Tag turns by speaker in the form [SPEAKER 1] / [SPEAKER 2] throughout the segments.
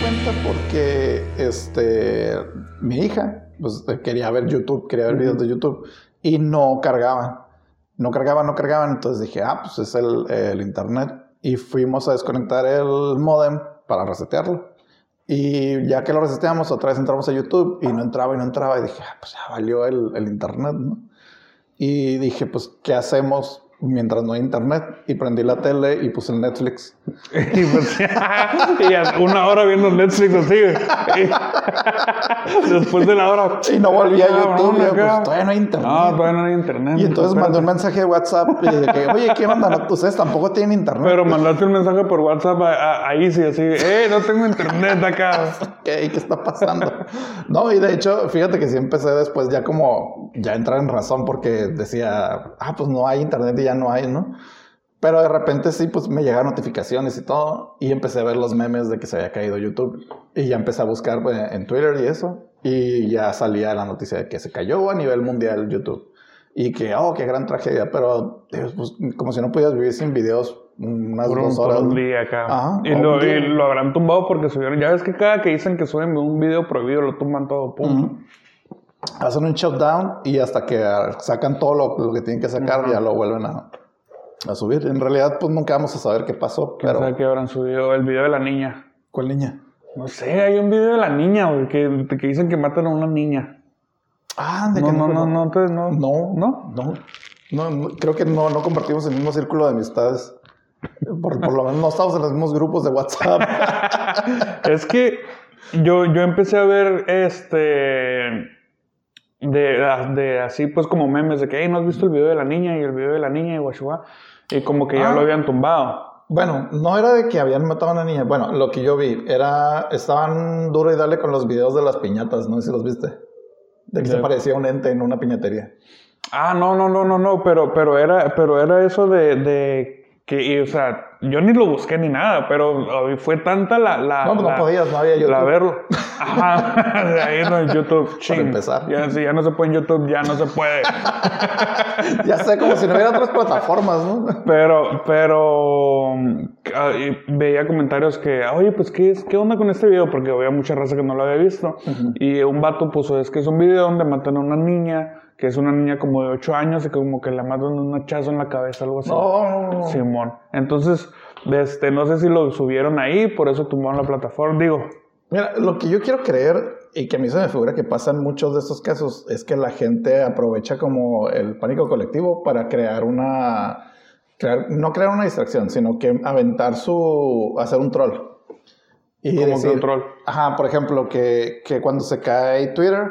[SPEAKER 1] cuenta porque este, mi hija pues, quería ver YouTube, quería ver
[SPEAKER 2] Ujú.
[SPEAKER 1] videos de YouTube y no cargaban. No cargaban, no cargaban. Entonces dije, ah, pues es el, el internet. Y fuimos a desconectar el modem para resetearlo. Y ya que lo reseteamos, otra vez entramos a YouTube y no entraba y no entraba. Y dije, ah, pues ya valió el, el internet, ¿no? Y dije, pues, ¿qué hacemos mientras no hay internet? Y prendí la tele y puse el Netflix.
[SPEAKER 2] y pues, y a una hora viendo Netflix así. güey. Y Después de la hora.
[SPEAKER 1] Y no volví a
[SPEAKER 2] Cabrón,
[SPEAKER 1] YouTube. yo,
[SPEAKER 2] Ah, acá.
[SPEAKER 1] pues, todavía no hay internet.
[SPEAKER 2] No, todavía no hay internet.
[SPEAKER 1] y entonces
[SPEAKER 2] Espérate.
[SPEAKER 1] mandé un mensaje de WhatsApp y de que, oye, ¿qué onda? No, ustedes tampoco tienen internet.
[SPEAKER 2] Pero mandaste un mensaje por WhatsApp a, a, a Easy, así, eh, no tengo internet acá.
[SPEAKER 1] ¿Qué, ¿Qué está pasando? No, y de hecho, fíjate que sí empecé después ya como ya entrar en razón porque decía, ah, pues no hay internet y ya no hay, ¿no? Pero de repente sí, pues me llegaron notificaciones y todo, y empecé a ver los memes de que se había caído YouTube, y ya empecé a buscar pues, en Twitter y eso, y ya salía la noticia de que se cayó a nivel mundial YouTube, y que, oh, qué gran tragedia, pero Dios, pues, como si no pudieras vivir sin videos mm, unas
[SPEAKER 2] Por un,
[SPEAKER 1] dos
[SPEAKER 2] por
[SPEAKER 1] horas.
[SPEAKER 2] un
[SPEAKER 1] ¿no?
[SPEAKER 2] día acá.
[SPEAKER 1] Ajá,
[SPEAKER 2] y,
[SPEAKER 1] un
[SPEAKER 2] lo,
[SPEAKER 1] día.
[SPEAKER 2] y lo habrán tumbado porque subieron. Ya ves que cada que dicen que suben un video prohibido, lo tumban todo. Pum.
[SPEAKER 1] Ujú. Hacen un shutdown y hasta que ah, sacan todo lo, lo que tienen que sacar, ya lo vuelven a, a subir. En realidad, pues nunca vamos a saber qué pasó,
[SPEAKER 2] ¿Quién
[SPEAKER 1] pero
[SPEAKER 2] sabe qué habrán subido? El video de la niña.
[SPEAKER 1] ¿cuál niña?
[SPEAKER 2] No sé, hay un video de la niña, güey, que, que dicen que matan a una niña.
[SPEAKER 1] Ah, de
[SPEAKER 2] No,
[SPEAKER 1] que
[SPEAKER 2] no, no, no, te- no,
[SPEAKER 1] no,
[SPEAKER 2] ¿No?
[SPEAKER 1] no, no, no, creo que no, no compartimos el mismo círculo de amistades. Por, por lo menos no estamos en los mismos grupos de WhatsApp.
[SPEAKER 2] Es que yo, yo empecé a ver este. De, de así, pues como memes de que, hey, ¿no has visto el video de la niña y el video de la niña y guachua? Y como que ya
[SPEAKER 1] Ah.
[SPEAKER 2] lo habían tumbado.
[SPEAKER 1] Bueno, no era de que habían matado a una niña. Bueno, lo que yo vi era, estaban duro y dale con los videos de las piñatas, no sé si los viste. De que se
[SPEAKER 2] De-
[SPEAKER 1] parecía un ente en una piñatería.
[SPEAKER 2] Ah, no, no, no, no, no, pero, pero, era, pero era eso de, de que, y, o sea, yo ni lo busqué ni nada, pero eh, fue tanta la. la
[SPEAKER 1] No, pues no
[SPEAKER 2] la-
[SPEAKER 1] podías, no había YouTube.
[SPEAKER 2] La verlo. Ajá. De ahí no, YouTube. Ching.
[SPEAKER 1] empezar.
[SPEAKER 2] Ya, si ya no se puede en YouTube, ya no se puede.
[SPEAKER 1] Ya sé, como si no hubiera otras plataformas, ¿no?
[SPEAKER 2] Pero, pero mm, ah, y veía comentarios que, oye, pues, ¿qué, es, ¿qué onda con este video? Porque había mucha raza que no lo había visto. Y un vato puso, es que es un video donde matan a una niña, que es una niña como de 8 años y como que la matan un hachazo en la cabeza, algo así.
[SPEAKER 1] No.
[SPEAKER 2] Simón. Entonces, este, no sé si lo subieron ahí, por eso tumbaron la plataforma. Digo,
[SPEAKER 1] Mira, lo que yo quiero creer y que a mí se me figura que pasan muchos de estos casos es que la gente aprovecha como el pánico colectivo para crear una. crear- no crear una distracción, sino que aventar su. hacer un troll. Y
[SPEAKER 2] como
[SPEAKER 1] decir-
[SPEAKER 2] que un troll.
[SPEAKER 1] Ajá, por ejemplo, que, que cuando se cae Twitter,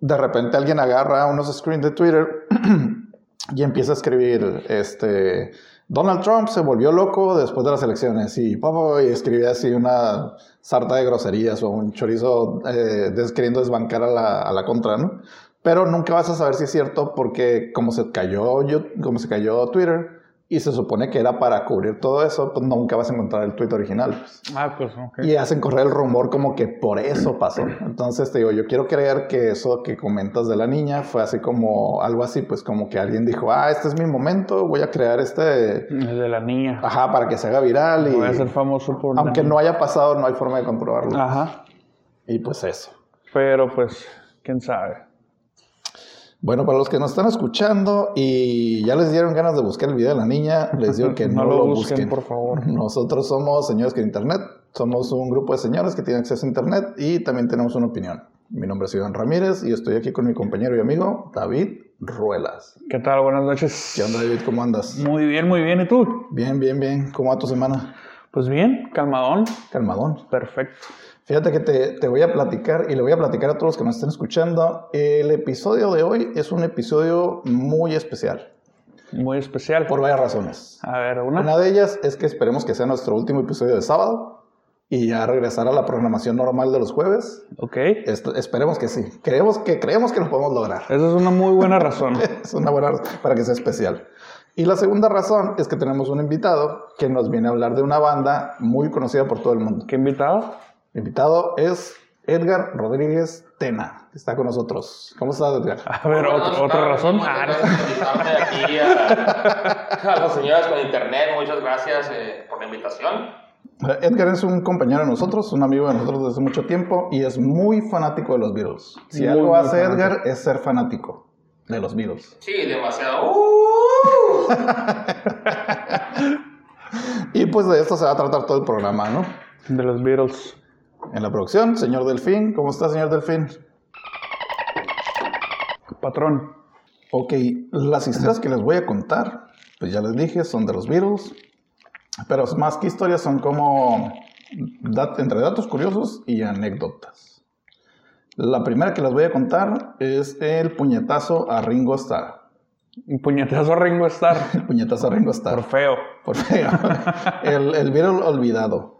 [SPEAKER 1] de repente alguien agarra unos screens de Twitter y empieza a escribir, este, Donald Trump se volvió loco después de las elecciones y, popo, y escribía así una sarta de groserías o un chorizo eh, des- queriendo desbancar a la, a la contra, ¿no? Pero nunca vas a saber si es cierto porque como se cayó, yo- como se cayó Twitter y se supone que era para cubrir todo eso, pues nunca vas a encontrar el tweet original. pues.
[SPEAKER 2] Ah, pues, ok.
[SPEAKER 1] Y hacen correr el rumor como que por eso pasó. Entonces te digo, yo quiero creer que eso que comentas de la niña fue así como algo así, pues como que alguien dijo, ah, este es mi momento, voy a crear este,
[SPEAKER 2] El de la niña.
[SPEAKER 1] ajá, para que se haga viral
[SPEAKER 2] Voy a ser
[SPEAKER 1] y
[SPEAKER 2] famoso por...
[SPEAKER 1] aunque no haya pasado, no hay forma de comprobarlo.
[SPEAKER 2] Ajá.
[SPEAKER 1] Y pues eso.
[SPEAKER 2] Pero pues, quién sabe.
[SPEAKER 1] Bueno, para los que nos están escuchando y ya les dieron ganas de buscar el video de la niña, les digo que no, lo busquen.
[SPEAKER 2] por favor.
[SPEAKER 1] Nosotros somos Señores que Internet, somos un grupo de señores que tienen acceso a Internet y también tenemos una opinión. Mi nombre es Iván Ramírez y estoy aquí con mi compañero y amigo David Ruelas.
[SPEAKER 2] ¿Qué tal? Buenas noches.
[SPEAKER 1] ¿Qué onda David? ¿Cómo andas?
[SPEAKER 2] Muy bien, muy bien. ¿Y tú?
[SPEAKER 1] Bien, bien, bien. ¿Cómo va tu semana?
[SPEAKER 2] Pues bien, calmadón.
[SPEAKER 1] Calmadón.
[SPEAKER 2] Perfecto.
[SPEAKER 1] Fíjate que te, te voy a platicar y le voy a platicar a todos los que nos estén escuchando. El episodio de hoy es un episodio muy especial
[SPEAKER 2] Muy especial.
[SPEAKER 1] por varias razones.
[SPEAKER 2] A ver, una.
[SPEAKER 1] Una de ellas es que esperemos que sea nuestro último episodio de sábado y ya regresar a la programación normal de los jueves.
[SPEAKER 2] Ok.
[SPEAKER 1] Est- esperemos que sí. Creemos que, creemos que lo podemos lograr.
[SPEAKER 2] Esa es una muy buena razón.
[SPEAKER 1] Es una buena razón para que sea especial. Y la segunda razón es que tenemos un invitado que nos viene a hablar de una banda muy conocida por todo el mundo.
[SPEAKER 2] ¿Qué invitado?
[SPEAKER 1] El invitado es Edgar Rodríguez Tena, que está con nosotros. ¿Cómo estás, Edgar?
[SPEAKER 2] A ver,
[SPEAKER 3] Buenas
[SPEAKER 2] otra, otra
[SPEAKER 3] tardes,
[SPEAKER 2] razón.
[SPEAKER 3] muchas
[SPEAKER 2] Ah, no.
[SPEAKER 3] gracias por invitarme aquí a, a las señoras con internet. Muchas gracias eh, por la invitación.
[SPEAKER 1] Edgar es un compañero de nosotros, un amigo de nosotros desde hace mucho tiempo y es muy fanático de los Beatles. Si
[SPEAKER 2] Muy,
[SPEAKER 1] algo
[SPEAKER 2] muy
[SPEAKER 1] hace
[SPEAKER 2] fanático.
[SPEAKER 1] Edgar es ser fanático de los Beatles.
[SPEAKER 3] Sí, demasiado. ¡Uh!
[SPEAKER 1] Y pues de esto se va a tratar todo el programa, ¿no?
[SPEAKER 2] De los Beatles.
[SPEAKER 1] En la producción, señor Delfín. ¿Cómo está, señor Delfín?
[SPEAKER 2] Patrón.
[SPEAKER 1] Ok, las historias que les voy a contar, pues ya les dije, son de los Beatles. Pero es más que historias, son como dat- entre datos curiosos y anécdotas. La primera que les voy a contar es el puñetazo a Ringo Starr.
[SPEAKER 2] Un puñetazo a Ringo Starr.
[SPEAKER 1] El puñetazo a Ringo
[SPEAKER 2] Por
[SPEAKER 1] Starr.
[SPEAKER 2] feo.
[SPEAKER 1] Por feo. el, el Beatle olvidado.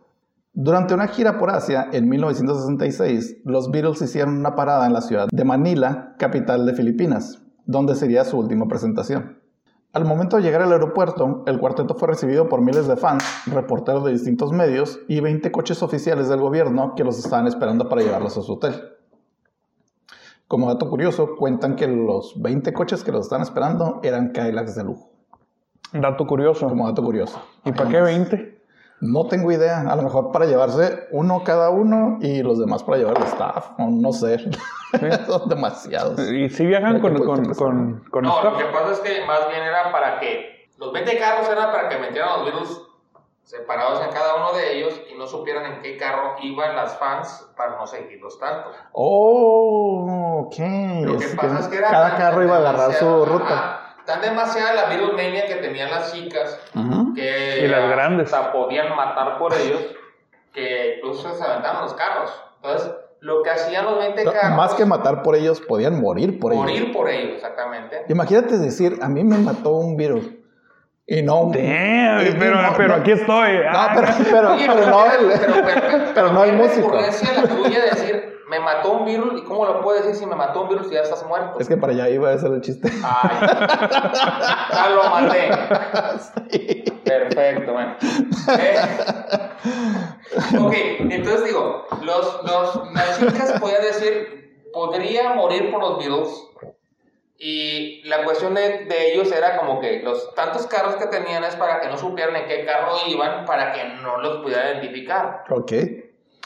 [SPEAKER 1] Durante una gira por Asia en 1966, los Beatles hicieron una parada en la ciudad de Manila, capital de Filipinas, donde sería su última presentación. Al momento de llegar al aeropuerto, el cuarteto fue recibido por miles de fans, reporteros de distintos medios y 20 coches oficiales del gobierno que los estaban esperando para llevarlos a su hotel. Como dato curioso, cuentan que los 20 coches que los estaban esperando eran Cadillacs de lujo.
[SPEAKER 2] Dato curioso.
[SPEAKER 1] Como dato curioso.
[SPEAKER 2] ¿Y para qué 20?
[SPEAKER 1] No tengo idea. A lo mejor para llevarse uno cada uno y los demás para llevar el staff. o no sé. Son demasiados.
[SPEAKER 2] Y si viajan con, con, con, con
[SPEAKER 3] No, lo
[SPEAKER 2] staff.
[SPEAKER 3] que pasa es que más bien era para que los 20 carros era para que metieran los virus separados en cada uno de ellos y no supieran en qué carro iban las fans para no seguirlos tanto.
[SPEAKER 1] Oh, ok.
[SPEAKER 3] Lo que
[SPEAKER 1] Es
[SPEAKER 3] pasa
[SPEAKER 1] que
[SPEAKER 3] es que era
[SPEAKER 1] cada
[SPEAKER 3] tan-
[SPEAKER 1] carro iba a agarrar su
[SPEAKER 3] demasiado-
[SPEAKER 1] ruta.
[SPEAKER 3] ajá, tan demasiada la virus mania que tenían las chicas
[SPEAKER 1] Ujú.
[SPEAKER 3] que
[SPEAKER 2] Y las grandes.
[SPEAKER 3] hasta podían matar por ellos que incluso se aventaban los carros. Entonces, lo que hacían los 20 carros
[SPEAKER 1] Más que matar por ellos, podían morir por
[SPEAKER 3] morir
[SPEAKER 1] ellos.
[SPEAKER 3] por ellos, exactamente.
[SPEAKER 1] Imagínate decir, a mí me mató un virus. Y no un...
[SPEAKER 2] Damn,
[SPEAKER 1] y- y
[SPEAKER 2] pero,
[SPEAKER 1] no-
[SPEAKER 2] pero
[SPEAKER 1] no-
[SPEAKER 2] aquí estoy.
[SPEAKER 1] No,
[SPEAKER 2] Ah,
[SPEAKER 1] pero, pero,
[SPEAKER 3] Oye,
[SPEAKER 1] pero no el...
[SPEAKER 3] pero- pero-
[SPEAKER 1] pero no el
[SPEAKER 3] ¿qué
[SPEAKER 1] músico.
[SPEAKER 3] recurrencia la tuya de decir, me mató un virus, ¿y cómo lo puedo decir si me mató un virus y ya estás muerto?
[SPEAKER 1] Es que para allá iba a ser el chiste.
[SPEAKER 3] Ay, ya lo maté. Perfecto, bueno. Eh, ok, entonces digo, los, los, las chicas podían decir, podría morir por los virus. Y la cuestión de, de ellos era como que los tantos carros que tenían es para que no supieran en qué carro iban, para que no los pudiera identificar.
[SPEAKER 1] ok.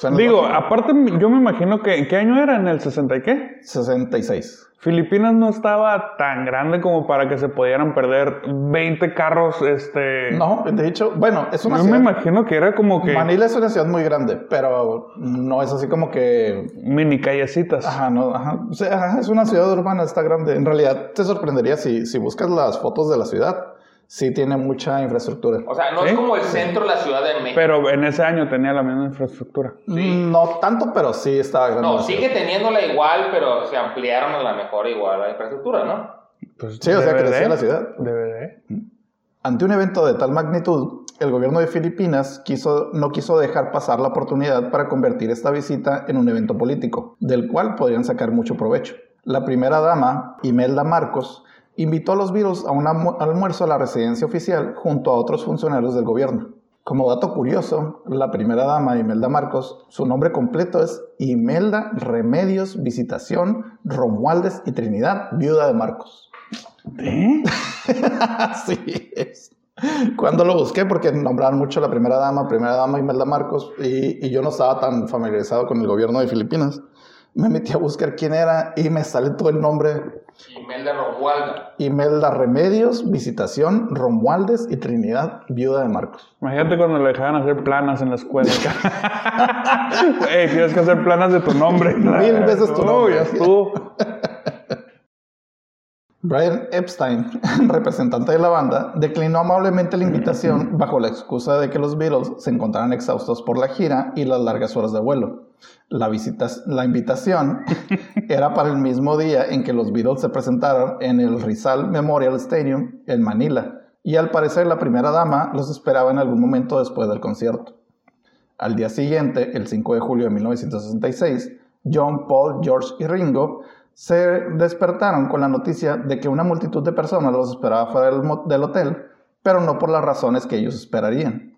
[SPEAKER 1] Suena
[SPEAKER 2] Digo,
[SPEAKER 1] lógico.
[SPEAKER 2] aparte, yo me imagino que. ¿Qué año era? ¿En el 60 y qué?
[SPEAKER 1] 66.
[SPEAKER 2] Filipinas no estaba tan grande como para que se pudieran perder 20 carros. Este.
[SPEAKER 1] No, de hecho, bueno, es una
[SPEAKER 2] Yo me
[SPEAKER 1] ciudad.
[SPEAKER 2] imagino que era como que
[SPEAKER 1] Manila es una ciudad muy grande, pero no es así como que.
[SPEAKER 2] mini callecitas.
[SPEAKER 1] Ajá, no, ajá. O sea, ajá, es una ciudad urbana, está grande. En realidad, te sorprendería si, si buscas las fotos de la ciudad. Sí, tiene mucha infraestructura.
[SPEAKER 3] O sea, no es
[SPEAKER 2] ¿Sí?
[SPEAKER 3] como el centro de la Ciudad de México.
[SPEAKER 2] Pero en ese año tenía la misma infraestructura.
[SPEAKER 3] Sí.
[SPEAKER 1] No tanto, pero sí está grande.
[SPEAKER 3] no,
[SPEAKER 1] la ciudad.
[SPEAKER 3] sigue teniéndola igual, pero se ampliaron a la mejor igual la infraestructura, ¿no?
[SPEAKER 2] Pues,
[SPEAKER 1] Sí, o sea,
[SPEAKER 2] DVD,
[SPEAKER 1] crecía la ciudad.
[SPEAKER 2] DVD.
[SPEAKER 1] Ante un evento de tal magnitud, el gobierno de Filipinas quiso, no quiso dejar pasar la oportunidad para convertir esta visita en un evento político, del cual podrían sacar mucho provecho. La primera dama, Imelda Marcos, invitó a los virus a un almu- almuerzo a la residencia oficial junto a otros funcionarios del gobierno. Como dato curioso, la primera dama, Imelda Marcos, su nombre completo es Imelda Remedios Visitación Romualdez y Trinidad, viuda de Marcos.
[SPEAKER 2] ¿Eh?
[SPEAKER 1] Así es. Cuando lo busqué, porque nombraron mucho a la primera dama, primera dama Imelda Marcos, y, y yo no estaba tan familiarizado con el gobierno de Filipinas, me metí a buscar quién era y me sale todo el nombre.
[SPEAKER 3] Imelda Romualda.
[SPEAKER 1] Imelda Remedios, Visitación, Romualdez y Trinidad, viuda de Marcos.
[SPEAKER 2] Imagínate cuando le dejaban hacer planas en la escuela. Ey, tienes que hacer planas de tu nombre.
[SPEAKER 1] Mil veces tu nombre.
[SPEAKER 2] Uy, ya estuvo.
[SPEAKER 1] Brian Epstein, representante de la banda, declinó amablemente la invitación bajo la excusa de que los Beatles se encontraran exhaustos por la gira y las largas horas de vuelo. La, visita, la invitación era para el mismo día en que los Beatles se presentaron en el Rizal Memorial Stadium en Manila, y al parecer la primera dama los esperaba en algún momento después del concierto. Al día siguiente, el 5 de julio de 1966, John, Paul, George y Ringo se despertaron con la noticia de que una multitud de personas los esperaba fuera del, mo- del hotel, pero no por las razones que ellos esperarían.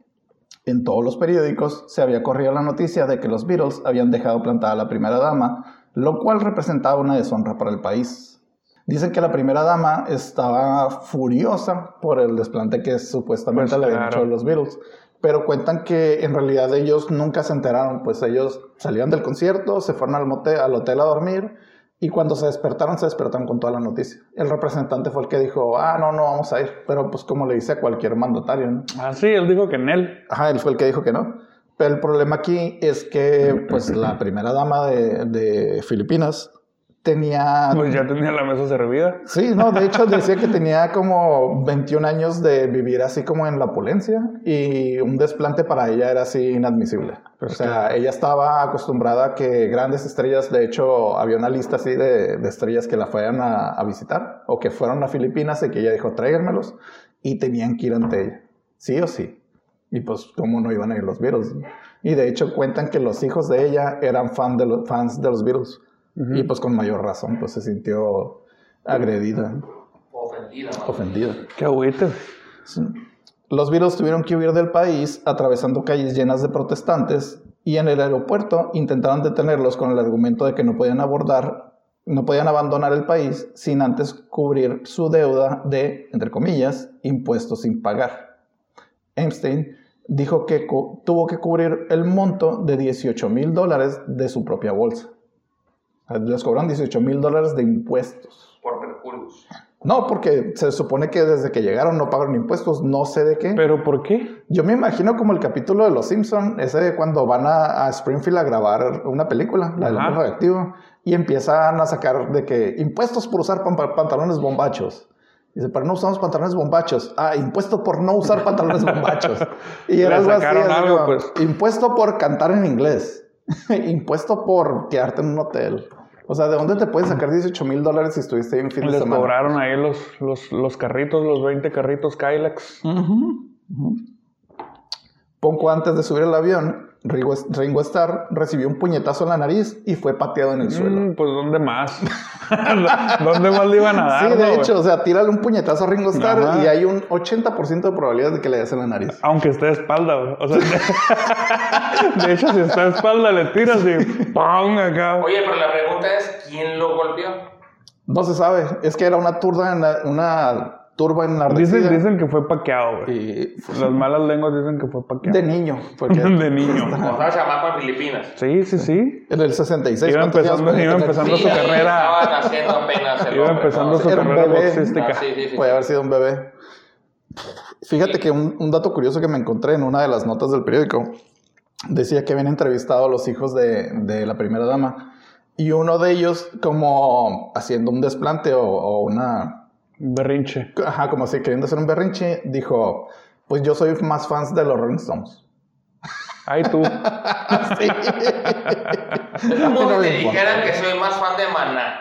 [SPEAKER 1] En todos los periódicos se había corrido la noticia de que los Beatles habían dejado plantada a la primera dama, lo cual representaba una deshonra para el país. Dicen que la primera dama estaba furiosa por el desplante que supuestamente
[SPEAKER 2] Pues
[SPEAKER 1] le habían
[SPEAKER 2] claro.
[SPEAKER 1] hecho los Beatles, pero cuentan que en realidad ellos nunca se enteraron, pues ellos salieron del concierto, se fueron al, motel, al hotel a dormir y cuando se despertaron, se despertaron con toda la noticia. El representante fue el que dijo, ah, no, no vamos a ir, pero pues como le dice a cualquier mandatario, ¿no?
[SPEAKER 2] Ah, sí, él dijo que en él.
[SPEAKER 1] Ajá, él fue el que dijo que no. Pero el problema aquí es que pues la primera dama de, de Filipinas tenía...
[SPEAKER 2] Pues ya tenía la mesa servida.
[SPEAKER 1] Sí, no, de hecho decía que tenía como 21 años de vivir así como en la opulencia y un desplante para ella era así inadmisible. O sea, ella estaba acostumbrada a que grandes estrellas, de hecho había una lista así de, de estrellas que la fueran a, a visitar o que fueron a Filipinas y que ella dijo tráiganmelos y tenían que ir ante ella, sí o sí. Y pues, ¿cómo no iban a ir los Beatles? Y de hecho cuentan que los hijos de ella eran fan de los, fans de los Beatles. Y pues con mayor razón, pues se sintió agredida,
[SPEAKER 3] Ofendida, ¿no?
[SPEAKER 1] ofendida.
[SPEAKER 2] Qué agüite.
[SPEAKER 1] Sí. Los Beatles tuvieron que huir del país atravesando calles llenas de protestantes y en el aeropuerto intentaron detenerlos con el argumento de que no podían abordar, no podían abandonar el país sin antes cubrir su deuda de, entre comillas, impuestos sin pagar. Einstein dijo que cu- tuvo que cubrir el monto de 18 mil dólares de su propia bolsa. Les cobraron 18 mil dólares de impuestos.
[SPEAKER 3] Por perjuros.
[SPEAKER 1] No, porque se supone que desde que llegaron no pagaron impuestos, no sé de qué.
[SPEAKER 2] ¿Pero por qué?
[SPEAKER 1] Yo me imagino como el capítulo de Los Simpson, ese de cuando van a, a Springfield a grabar una película, la del
[SPEAKER 2] Ajá.
[SPEAKER 1] hombre radioactivo, y empiezan a sacar de que impuestos por usar pan- pan- pantalones bombachos. Dice, pero no usamos pantalones bombachos. Ah, impuesto por no usar pantalones bombachos. Y
[SPEAKER 2] Le
[SPEAKER 1] era algo así.
[SPEAKER 2] sacaron
[SPEAKER 1] así
[SPEAKER 2] algo,
[SPEAKER 1] como,
[SPEAKER 2] pues.
[SPEAKER 1] Impuesto por cantar en inglés. impuesto por quedarte en un hotel. O sea, ¿de dónde te pueden sacar 18 mil dólares si estuviste ahí un fin de
[SPEAKER 2] Les
[SPEAKER 1] semana?
[SPEAKER 2] cobraron ahí los, los, los carritos, los 20 carritos Kylex.
[SPEAKER 1] Ujú, ujú. Poco antes de subir al avión, Ringo, Ringo Starr recibió un puñetazo en la nariz y fue pateado en el suelo.
[SPEAKER 2] Mm, pues ¿dónde más? ¿Dónde más le iban a dar?
[SPEAKER 1] Sí,
[SPEAKER 2] no,
[SPEAKER 1] de
[SPEAKER 2] güey?
[SPEAKER 1] hecho, o sea, tírale un puñetazo a Ringo Starr
[SPEAKER 2] Ajá.
[SPEAKER 1] y hay un 80% de probabilidad de que le des en la nariz.
[SPEAKER 2] Aunque esté de espalda, güey. O sea, de, de hecho, si está de espalda, le tiras y ¡pam! acá.
[SPEAKER 3] Oye, pero la pregunta es: ¿quién lo golpeó?
[SPEAKER 2] Ah.
[SPEAKER 1] No se sabe, es que era una turba en la- una turba enardecida
[SPEAKER 2] Dicen, dicen que fue paqueado, güey.
[SPEAKER 1] y fue
[SPEAKER 2] Las malas lenguas dicen que fue paqueado.
[SPEAKER 1] de niño, porque
[SPEAKER 2] De niño.
[SPEAKER 3] O sea, chamaco en Filipinas.
[SPEAKER 2] Sí, sí, sí.
[SPEAKER 1] en el 66
[SPEAKER 2] Iba
[SPEAKER 1] ¿cuántos años
[SPEAKER 2] empezando-
[SPEAKER 1] podía
[SPEAKER 2] iba
[SPEAKER 1] tener?
[SPEAKER 2] empezando su
[SPEAKER 3] ahí
[SPEAKER 2] carrera.
[SPEAKER 3] Estaban haciendo apenas el
[SPEAKER 2] Iba
[SPEAKER 3] hombre,
[SPEAKER 2] empezando
[SPEAKER 3] ¿no?
[SPEAKER 2] su
[SPEAKER 1] Era un
[SPEAKER 2] carrera Pues,
[SPEAKER 1] bebé.
[SPEAKER 2] boxística.
[SPEAKER 3] Ah, sí, sí, sí.
[SPEAKER 1] Puede haber sido un bebé. Fíjate que un, un dato curioso que me encontré en una de las notas del periódico decía que habían entrevistado a los hijos de, de la primera dama y uno de ellos como haciendo un desplante o, o una...
[SPEAKER 2] Berrinche.
[SPEAKER 1] Ajá, como si queriendo hacer un berrinche, dijo, pues yo soy más fans de los Rolling Stones.
[SPEAKER 2] Ay, tú.
[SPEAKER 1] Sí.
[SPEAKER 3] Es como
[SPEAKER 1] A mí no me
[SPEAKER 3] si te
[SPEAKER 1] importa.
[SPEAKER 3] dijeran que soy más fan de Maná.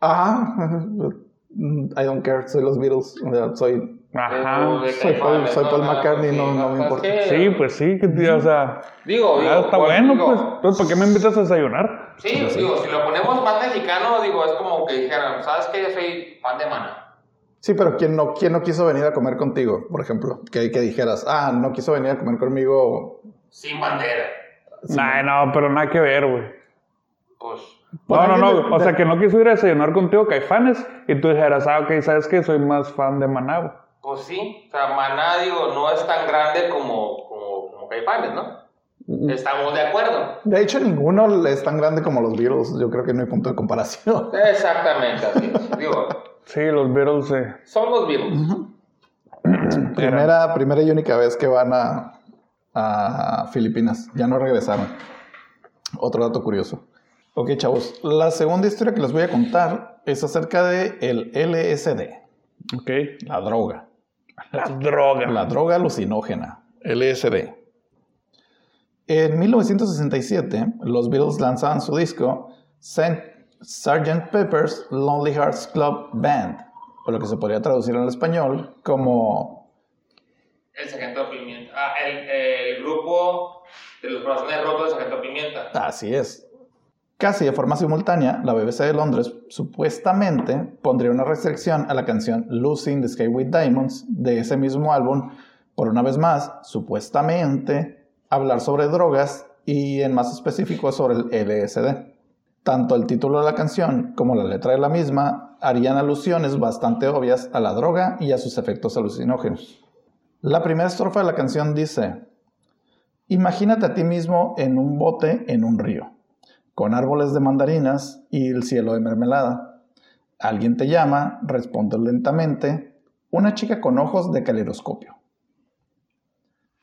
[SPEAKER 1] Ajá. Ah, I don't care, soy los Beatles. o sea, Soy...
[SPEAKER 2] Ajá.
[SPEAKER 3] De- de
[SPEAKER 1] soy Paul-
[SPEAKER 3] Caifanes,
[SPEAKER 1] soy Paul
[SPEAKER 3] No, no,
[SPEAKER 1] McCartney,
[SPEAKER 3] sí,
[SPEAKER 1] no- no me
[SPEAKER 3] pues,
[SPEAKER 1] importa.
[SPEAKER 3] ¿qué?
[SPEAKER 2] Sí, pues sí, que, tío, o sea.
[SPEAKER 3] Digo, digo,
[SPEAKER 2] ah, está
[SPEAKER 3] pues,
[SPEAKER 2] bueno,
[SPEAKER 3] digo,
[SPEAKER 2] pues. Entonces, ¿para qué me invitas a desayunar?
[SPEAKER 3] Sí, digo, si lo ponemos más mexicano, digo, es como que dijeran, ¿sabes qué? Yo soy fan de Maná.
[SPEAKER 1] Sí, pero ¿quién no, ¿quién no quiso venir a comer contigo, por ejemplo? Que, que dijeras, ah, no quiso venir a comer conmigo.
[SPEAKER 3] Sin bandera.
[SPEAKER 2] Ay, no, pero nada que ver, güey.
[SPEAKER 3] Pues,
[SPEAKER 1] Por
[SPEAKER 2] No, no,
[SPEAKER 1] ahí
[SPEAKER 2] no.
[SPEAKER 1] de-
[SPEAKER 2] o
[SPEAKER 1] de-
[SPEAKER 2] sea, que no quiso ir a desayunar contigo, Caifanes, y tú dijeras, ah, ok, ¿sabes qué? Soy más fan de Maná, güey.
[SPEAKER 3] pues sí. O sea, Maná, digo, no es tan grande como, como, como Caifanes, ¿no?
[SPEAKER 2] Mm.
[SPEAKER 3] Estamos de acuerdo.
[SPEAKER 1] De hecho, ninguno es tan grande como los Beatles. Yo creo que no hay punto de comparación.
[SPEAKER 3] Exactamente así. es. digo,
[SPEAKER 2] Sí, los Beatles, eh.
[SPEAKER 3] son los vivos.
[SPEAKER 1] primera, primera y única vez que van a, a Filipinas. Ya no regresaron. Otro dato curioso. Ok, chavos. La segunda historia que les voy a contar es acerca de el LSD,
[SPEAKER 2] Ok.
[SPEAKER 1] la droga.
[SPEAKER 2] Las drogas.
[SPEAKER 1] La droga alucinógena, LSD. En 1967, los Beatles lanzaban su disco Sen- Sgt. Pepper's Lonely Hearts Club Band, o lo que se podría traducir en español como...
[SPEAKER 3] El Sargento Pimienta. Ah, el, el grupo de los corazones rotos del Sargento Pimienta.
[SPEAKER 1] Así es. Casi de forma simultánea, la BBC de Londres supuestamente pondría una restricción a la canción Lucy in the Sky with Diamonds de ese mismo álbum, por una vez más, supuestamente, hablar sobre drogas y en más específico sobre el E LSD. Tanto el título de la canción como la letra de la misma harían alusiones bastante obvias a la droga y a sus efectos alucinógenos. La primera estrofa de la canción dice, imagínate a ti mismo en un bote en un río, con árboles de mandarinas y el cielo de mermelada. Alguien te llama, responde lentamente, una chica con ojos de caleidoscopio.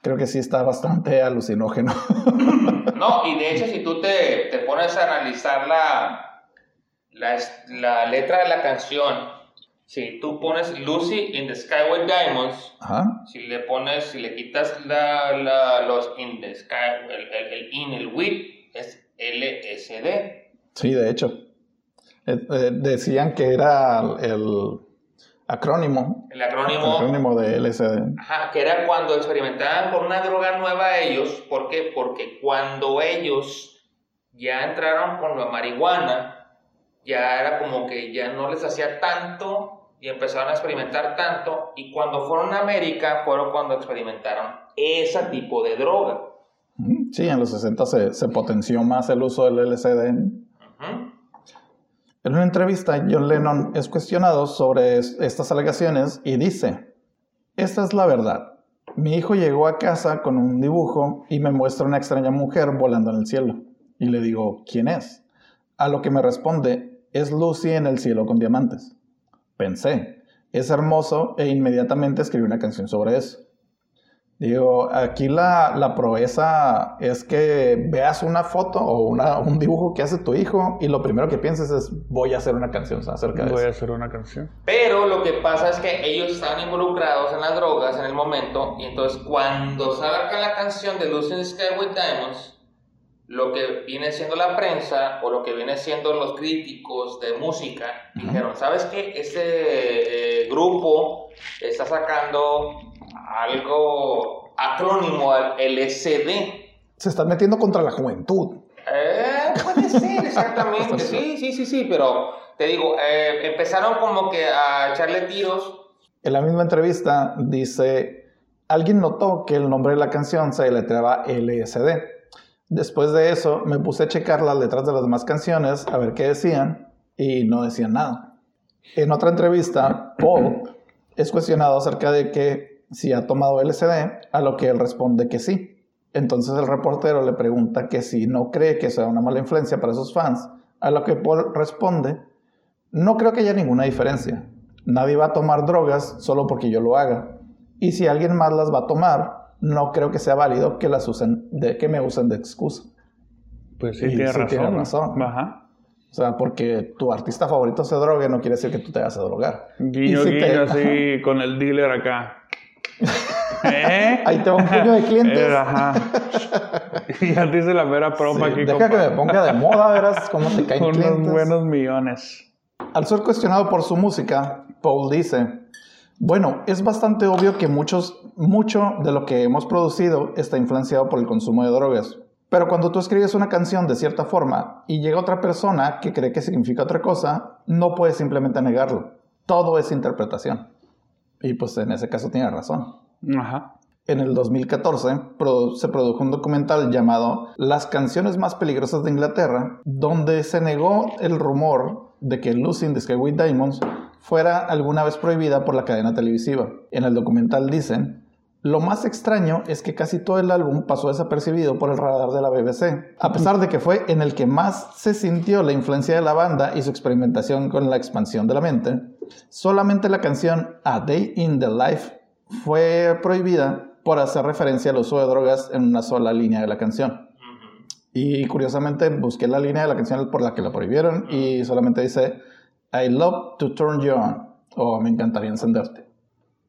[SPEAKER 1] Creo que sí está bastante alucinógeno.
[SPEAKER 3] No, y de hecho, si tú te, te pones a analizar la, la, es- la letra de la canción, si tú pones Lucy in the Sky with Diamonds,
[SPEAKER 1] Ajá.
[SPEAKER 3] si le pones, si le quitas la, la- los in the sky, el, el- el in, el with, es LSD.
[SPEAKER 1] Sí, de hecho. Eh, eh, decían que era el acrónimo,
[SPEAKER 3] El acrónimo,
[SPEAKER 1] acrónimo de LSD.
[SPEAKER 3] ajá, que era cuando experimentaban con una droga nueva ellos. ¿Por qué? Porque cuando ellos ya entraron con la marihuana, ya era como que ya no les hacía tanto y empezaron a experimentar tanto. Y cuando fueron a América, fueron cuando experimentaron ese tipo de droga.
[SPEAKER 1] Mm, Sí, en los 60 se, se potenció más el uso del LSD.
[SPEAKER 3] Ujú.
[SPEAKER 1] En una entrevista, John Lennon es cuestionado sobre es- estas alegaciones y dice, esta es la verdad. Mi hijo llegó a casa con un dibujo y me muestra una extraña mujer volando en el cielo. Y le digo, ¿quién es? A lo que me responde, es Lucy en el cielo con diamantes. Pensé, es hermoso e inmediatamente escribí una canción sobre eso. Digo, aquí la, la proeza es que veas una foto o una, un dibujo que hace tu hijo y lo primero que pienses es voy a hacer una canción acerca de
[SPEAKER 2] Voy a
[SPEAKER 1] eso.
[SPEAKER 2] hacer una canción.
[SPEAKER 3] Pero lo que pasa es que ellos están involucrados en las drogas en el momento, y entonces cuando sacan la canción de Lucy in the Sky with Diamonds, lo que viene siendo la prensa o lo que viene siendo los críticos de música,
[SPEAKER 1] Ujú.
[SPEAKER 3] dijeron, ¿sabes qué? Este eh, grupo está sacando algo acrónimo al LSD.
[SPEAKER 1] Se están metiendo contra la juventud.
[SPEAKER 3] Eh, puede ser, exactamente. Sí, sí, sí, sí, pero te digo, eh, empezaron como que a echarle tiros
[SPEAKER 1] En la misma entrevista dice, alguien notó que el nombre de la canción se deletreaba LSD. Después de eso me puse a checar las letras de las demás canciones a ver qué decían y no decían nada. En otra entrevista, Paul es cuestionado acerca de que si ha tomado LSD, a lo que él responde que sí. Entonces el reportero le pregunta que si no cree que sea una mala influencia para sus fans, a lo que Paul responde no creo que haya ninguna diferencia. Nadie va a tomar drogas solo porque yo lo haga. Y si alguien más las va a tomar, no creo que sea válido que las usen de que me usen de excusa.
[SPEAKER 2] Pues sí,
[SPEAKER 1] Y
[SPEAKER 2] tiene
[SPEAKER 1] sí
[SPEAKER 2] razón.
[SPEAKER 1] tiene
[SPEAKER 2] ¿no?
[SPEAKER 1] razón.
[SPEAKER 2] Ajá.
[SPEAKER 1] O sea, porque tu artista favorito se drogue no quiere decir que tú te vas a drogar.
[SPEAKER 2] Guiño,
[SPEAKER 1] Y si
[SPEAKER 2] guiño,
[SPEAKER 1] te-
[SPEAKER 2] así con el dealer acá. ¿Eh?
[SPEAKER 1] Ahí te va un puño de clientes.
[SPEAKER 2] Eh, ajá. y ya te hice la vera
[SPEAKER 1] Sí,
[SPEAKER 2] propa aquí,
[SPEAKER 1] deja
[SPEAKER 2] compa.
[SPEAKER 1] que me ponga de moda, verás cómo te caen
[SPEAKER 2] Unos
[SPEAKER 1] clientes.
[SPEAKER 2] buenos millones.
[SPEAKER 1] Al ser cuestionado por su música, Paul dice, bueno, es bastante obvio que muchos, mucho de lo que hemos producido está influenciado por el consumo de drogas. Pero cuando tú escribes una canción de cierta forma y llega otra persona que cree que significa otra cosa, no puedes simplemente negarlo. Todo es interpretación. Y pues en ese caso tiene razón.
[SPEAKER 2] Ajá.
[SPEAKER 1] En el 2014 produ- se produjo un documental llamado Las canciones más peligrosas de Inglaterra, donde se negó el rumor de que Lucy in the Sky with Diamonds fuera alguna vez prohibida por la cadena televisiva. En el documental dicen, lo más extraño es que casi todo el álbum pasó desapercibido por el radar de la BBC, a pesar de que fue en el que más se sintió la influencia de la banda y su experimentación con la expansión de la mente. Solamente la canción A Day in the Life fue prohibida por hacer referencia al uso de drogas en una sola línea de la canción. Y curiosamente busqué la línea de la canción por la que la prohibieron y
[SPEAKER 2] Ah.
[SPEAKER 1] solamente dice I love to turn you on o me encantaría encenderte.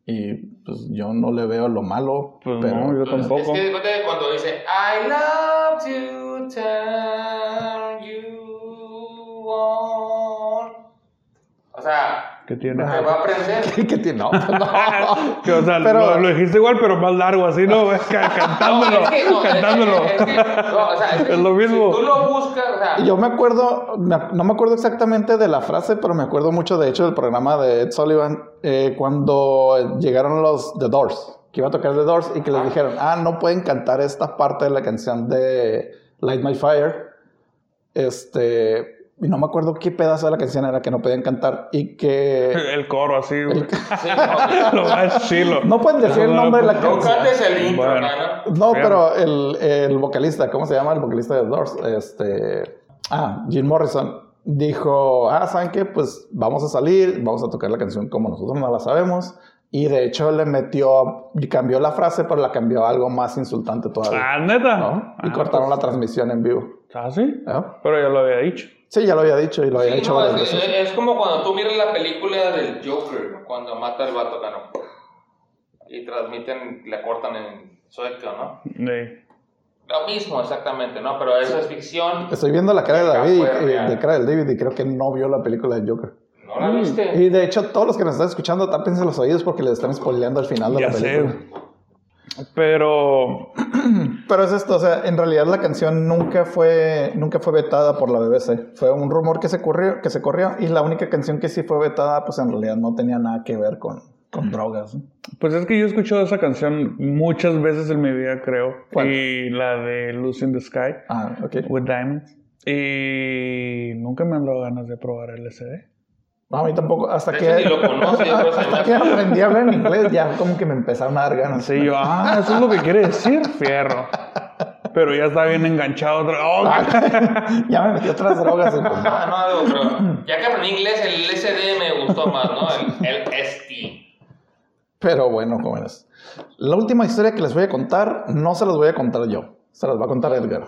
[SPEAKER 1] Y pues yo no le veo lo malo,
[SPEAKER 2] Pues
[SPEAKER 1] pero
[SPEAKER 2] no, yo
[SPEAKER 3] Es
[SPEAKER 2] tampoco.
[SPEAKER 3] que fíjate cuando dice I love to turn you on. O sea,
[SPEAKER 2] Que tiene.
[SPEAKER 3] te va a aprender.
[SPEAKER 1] ¿Qué tiene? No, pues, no.
[SPEAKER 2] Que, o sea,
[SPEAKER 1] Pero-
[SPEAKER 2] lo, lo dijiste igual, pero más largo, así, ¿no? Es que cantándolo,
[SPEAKER 3] es que no, es-
[SPEAKER 2] cantándolo.
[SPEAKER 3] es que- no, o sea, es, que
[SPEAKER 2] Es lo
[SPEAKER 3] si-
[SPEAKER 2] mismo.
[SPEAKER 3] Si tú lo buscas, o sea,
[SPEAKER 1] Yo me acuerdo, me ac- no me acuerdo exactamente de la frase, pero me acuerdo mucho de hecho del programa de Ed Sullivan eh, cuando llegaron los The Doors, que iba a tocar The Doors y que les dijeron, ah, no pueden cantar esta parte de la canción de Light My Fire, este, y no me acuerdo qué pedazo de la canción era que no podían cantar y que...
[SPEAKER 2] El coro así, güey.
[SPEAKER 3] Sí, no,
[SPEAKER 2] Lo más chilo.
[SPEAKER 1] No pueden decir el nombre de la
[SPEAKER 3] no
[SPEAKER 1] canción.
[SPEAKER 3] cantes el intro,
[SPEAKER 2] Bueno.
[SPEAKER 3] mano.
[SPEAKER 1] No, pero el, el vocalista, ¿cómo se llama el vocalista de Doors? Este, ah, Jim Morrison. Dijo, ah, ¿saben qué? Pues vamos a salir, vamos a tocar la canción como nosotros no la sabemos. Y de hecho le metió, cambió la frase, pero la cambió a algo más insultante todavía.
[SPEAKER 2] Ah, neta.
[SPEAKER 1] ¿no? Y
[SPEAKER 2] Ah,
[SPEAKER 1] cortaron la transmisión en vivo.
[SPEAKER 2] ¿Ah, sí?
[SPEAKER 1] ¿no?
[SPEAKER 2] Pero ya lo había dicho.
[SPEAKER 1] Sí, ya lo había dicho y lo había
[SPEAKER 3] Sí,
[SPEAKER 1] dicho
[SPEAKER 3] no,
[SPEAKER 1] varias
[SPEAKER 3] es,
[SPEAKER 1] veces.
[SPEAKER 3] es como cuando tú miras la película del Joker, cuando mata al vato, ¿no? Y transmiten, la cortan en sueco, ¿no?
[SPEAKER 2] Sí.
[SPEAKER 3] Lo mismo, exactamente, ¿no? Pero eso es ficción.
[SPEAKER 1] Estoy viendo la cara de David,
[SPEAKER 3] Ah, bueno,
[SPEAKER 1] y-
[SPEAKER 3] ya.
[SPEAKER 1] de cara del David y creo que no vio la película de Joker.
[SPEAKER 3] ¿No la
[SPEAKER 2] Mm.
[SPEAKER 3] viste?
[SPEAKER 1] Y de hecho, todos los que nos están escuchando, tápense los oídos porque les están spoileando el final de
[SPEAKER 2] Ya
[SPEAKER 1] la
[SPEAKER 2] sé.
[SPEAKER 1] película.
[SPEAKER 2] Pero
[SPEAKER 1] Pero es esto, o sea, en realidad la canción nunca fue, nunca fue vetada por la BBC. Fue un rumor que se corrió, que se corrió y la única canción que sí fue vetada, pues en realidad no tenía nada que ver con, con drogas. ¿no?
[SPEAKER 2] Pues es que yo he escuchado esa canción muchas veces en mi vida, creo.
[SPEAKER 1] ¿Cuál?
[SPEAKER 2] Y la de Lucy in the Sky
[SPEAKER 1] Ah, ok.
[SPEAKER 2] with Diamonds. Y nunca me han dado ganas de probar el SD.
[SPEAKER 1] No, a mí tampoco, hasta
[SPEAKER 3] De
[SPEAKER 1] que,
[SPEAKER 3] hecho, ni lo conoce, yo creo que
[SPEAKER 1] hasta que aprendí a hablar en inglés, ya como que me empezaron a dar ganas.
[SPEAKER 2] Sí, yo, ah, eso es lo que quiere decir, fierro. Pero ya está bien enganchado. otra- ¡Oh!
[SPEAKER 1] ya me metí otras drogas. y pues, no.
[SPEAKER 3] Ah, no, digo, pero ya que aprendí inglés, el SD me gustó más, ¿no? El, el ST.
[SPEAKER 1] Pero bueno, jóvenes. La última historia que les voy a contar, no se las voy a contar yo. Se las va a contar Edgar.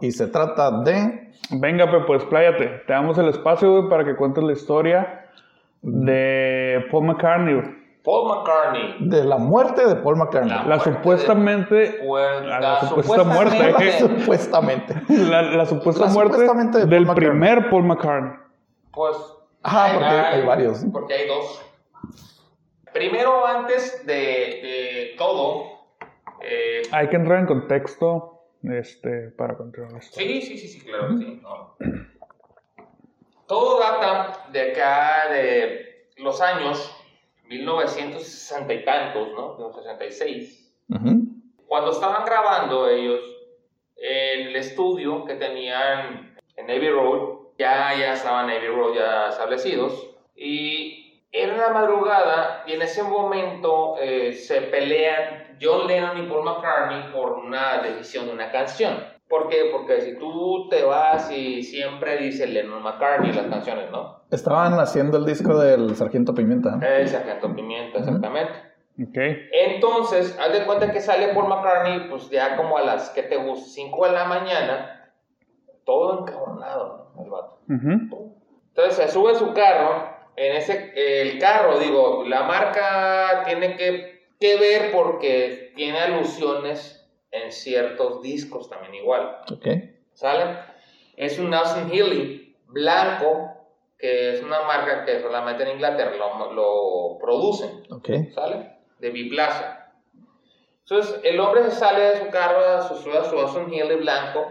[SPEAKER 1] Y se trata de...
[SPEAKER 2] Venga, Pepe, pues pláyate. Te damos el espacio, güey, para que cuentes la historia de Paul McCartney. güey.
[SPEAKER 3] Paul McCartney.
[SPEAKER 1] De la muerte de Paul McCartney.
[SPEAKER 2] La supuestamente.
[SPEAKER 3] Pues,
[SPEAKER 2] la
[SPEAKER 3] la
[SPEAKER 2] supuesta muerte.
[SPEAKER 3] supuestamente-
[SPEAKER 1] Supuestamente.
[SPEAKER 2] La, la supuesta
[SPEAKER 1] La
[SPEAKER 2] muerte
[SPEAKER 1] supuestamente de Paul
[SPEAKER 2] del
[SPEAKER 1] McCartney.
[SPEAKER 2] primer Paul McCartney.
[SPEAKER 3] Pues.
[SPEAKER 1] Ajá, Ah, porque hay varios.
[SPEAKER 3] Porque hay dos. Primero, antes de, de todo. eh,
[SPEAKER 2] Hay que entrar en contexto este, para continuar. la historia.
[SPEAKER 3] sí, sí, sí, sí, claro que sí. no. Todo data de acá de los años 1960 y tantos, ¿no? 1966.
[SPEAKER 1] Ujú.
[SPEAKER 3] Cuando estaban grabando ellos en el estudio que tenían en Navy Road, ya, ya estaban Navy Road ya establecidos, y era la madrugada y en ese momento eh, se pelean John Lennon y Paul McCartney por una decisión de una canción. ¿Por qué? Porque si tú te vas y siempre dice Lennon McCartney las canciones, ¿no?
[SPEAKER 1] Estaban haciendo el disco del Sargento Pimienta.
[SPEAKER 3] El Sargento Pimienta, exactamente.
[SPEAKER 2] Ok.
[SPEAKER 3] Entonces, haz de cuenta que sale Paul McCartney, pues ya como a las, ¿qué te gusta? 5 de la mañana, todo encabronado, ¿no? el vato.
[SPEAKER 2] Ujú.
[SPEAKER 3] Entonces se sube a su carro, en ese, el carro, digo, la marca tiene que, que ver porque tiene alusiones en ciertos discos también igual,
[SPEAKER 1] Ok.
[SPEAKER 3] ¿sale? Es un Austin Healy blanco, que es una marca que solamente en Inglaterra lo, lo producen.
[SPEAKER 1] Ok.
[SPEAKER 3] ¿sale? De biplaza. Entonces, el hombre se sale de su carro, a su, a su Austin Hill blanco,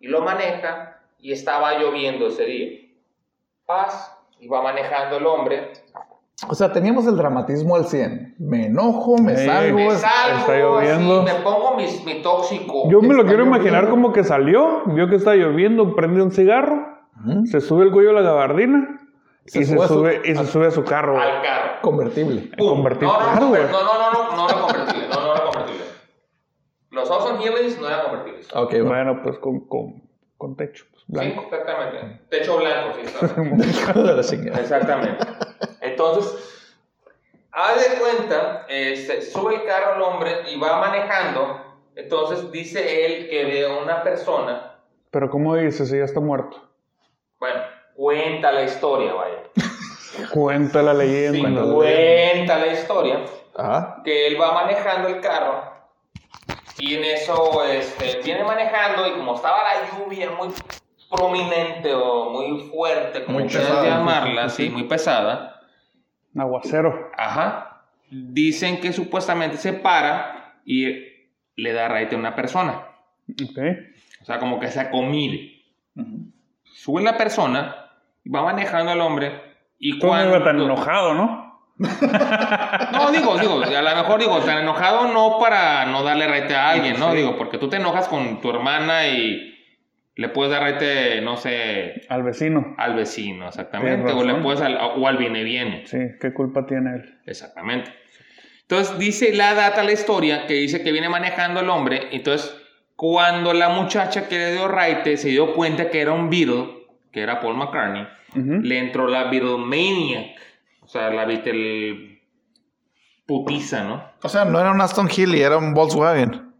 [SPEAKER 3] y lo maneja, y estaba lloviendo ese día. Paz, iba manejando el hombre,
[SPEAKER 1] O sea, teníamos el dramatismo al 100. Me enojo, me
[SPEAKER 2] Eh,
[SPEAKER 1] salgo.
[SPEAKER 3] me
[SPEAKER 1] es-
[SPEAKER 3] salgo,
[SPEAKER 2] está lloviendo.
[SPEAKER 3] así, me pongo mis- mi tóxico.
[SPEAKER 2] Yo me lo
[SPEAKER 1] Está
[SPEAKER 2] quiero imaginar
[SPEAKER 1] lloviendo.
[SPEAKER 2] como que salió, vio que está lloviendo, prende un cigarro,
[SPEAKER 1] Ujú.
[SPEAKER 2] se sube el cuello a la gabardina
[SPEAKER 1] Se
[SPEAKER 2] y, se
[SPEAKER 1] sube a su-
[SPEAKER 2] sube, y se
[SPEAKER 1] a-
[SPEAKER 2] sube a su carro. güey.
[SPEAKER 3] al carro.
[SPEAKER 1] Convertible.
[SPEAKER 2] A convertir
[SPEAKER 3] no, no,
[SPEAKER 2] carro, güey.
[SPEAKER 3] no, no, no, no, no era convertible, no, no era convertible. Los Austin Hills no eran convertibles.
[SPEAKER 1] Ok, bueno.
[SPEAKER 2] Bueno, pues con, con, con techo pues, blanco.
[SPEAKER 3] Sí, exactamente. Techo blanco, sí, exactamente.
[SPEAKER 1] Hijo de la chingada.
[SPEAKER 3] Exactamente. Entonces, haz de cuenta, eh, se sube el carro el hombre y va manejando. Entonces dice él que ve a una persona.
[SPEAKER 2] Pero ¿cómo dice si ya está muerto?
[SPEAKER 3] Bueno, cuenta la historia, vaya.
[SPEAKER 2] Cuenta la
[SPEAKER 3] Sí,
[SPEAKER 2] leyenda.
[SPEAKER 3] cuenta la historia.
[SPEAKER 1] Ajá.
[SPEAKER 3] Que él va manejando el carro. Y en eso este, viene manejando y como estaba la lluvia muy prominente o muy fuerte, como
[SPEAKER 1] Muy
[SPEAKER 3] quieras
[SPEAKER 1] pesada.
[SPEAKER 3] llamarla, sí, muy pesada.
[SPEAKER 2] Aguacero.
[SPEAKER 3] Ajá. Dicen que supuestamente se para y le da raite a una persona.
[SPEAKER 2] Ok.
[SPEAKER 3] O sea, como que se acomide. Sube la persona, va manejando el hombre y
[SPEAKER 2] Tú no
[SPEAKER 3] cuando...
[SPEAKER 2] iba tan enojado, ¿no?
[SPEAKER 3] No, digo, digo, a lo mejor digo, tan enojado no para no darle raite a alguien, ¿no? Digo, porque tú te enojas con tu hermana y Le puedes dar rete, no sé,
[SPEAKER 2] Al vecino.
[SPEAKER 3] al vecino, exactamente.
[SPEAKER 2] Tienes
[SPEAKER 3] O le
[SPEAKER 2] razón.
[SPEAKER 3] puedes al, o al viene viene.
[SPEAKER 2] Sí, ¿qué culpa tiene él?
[SPEAKER 3] Exactamente. Entonces dice la data, la historia, que dice que viene manejando el hombre. Entonces, cuando la muchacha que le dio raite se dio cuenta que era un Beatle, que era Paul McCartney,
[SPEAKER 2] Ujú.
[SPEAKER 3] le entró la Beatlemania. O sea, la Beatle putiza, ¿no?
[SPEAKER 1] O sea, no era un Aston Healy, era un Volkswagen.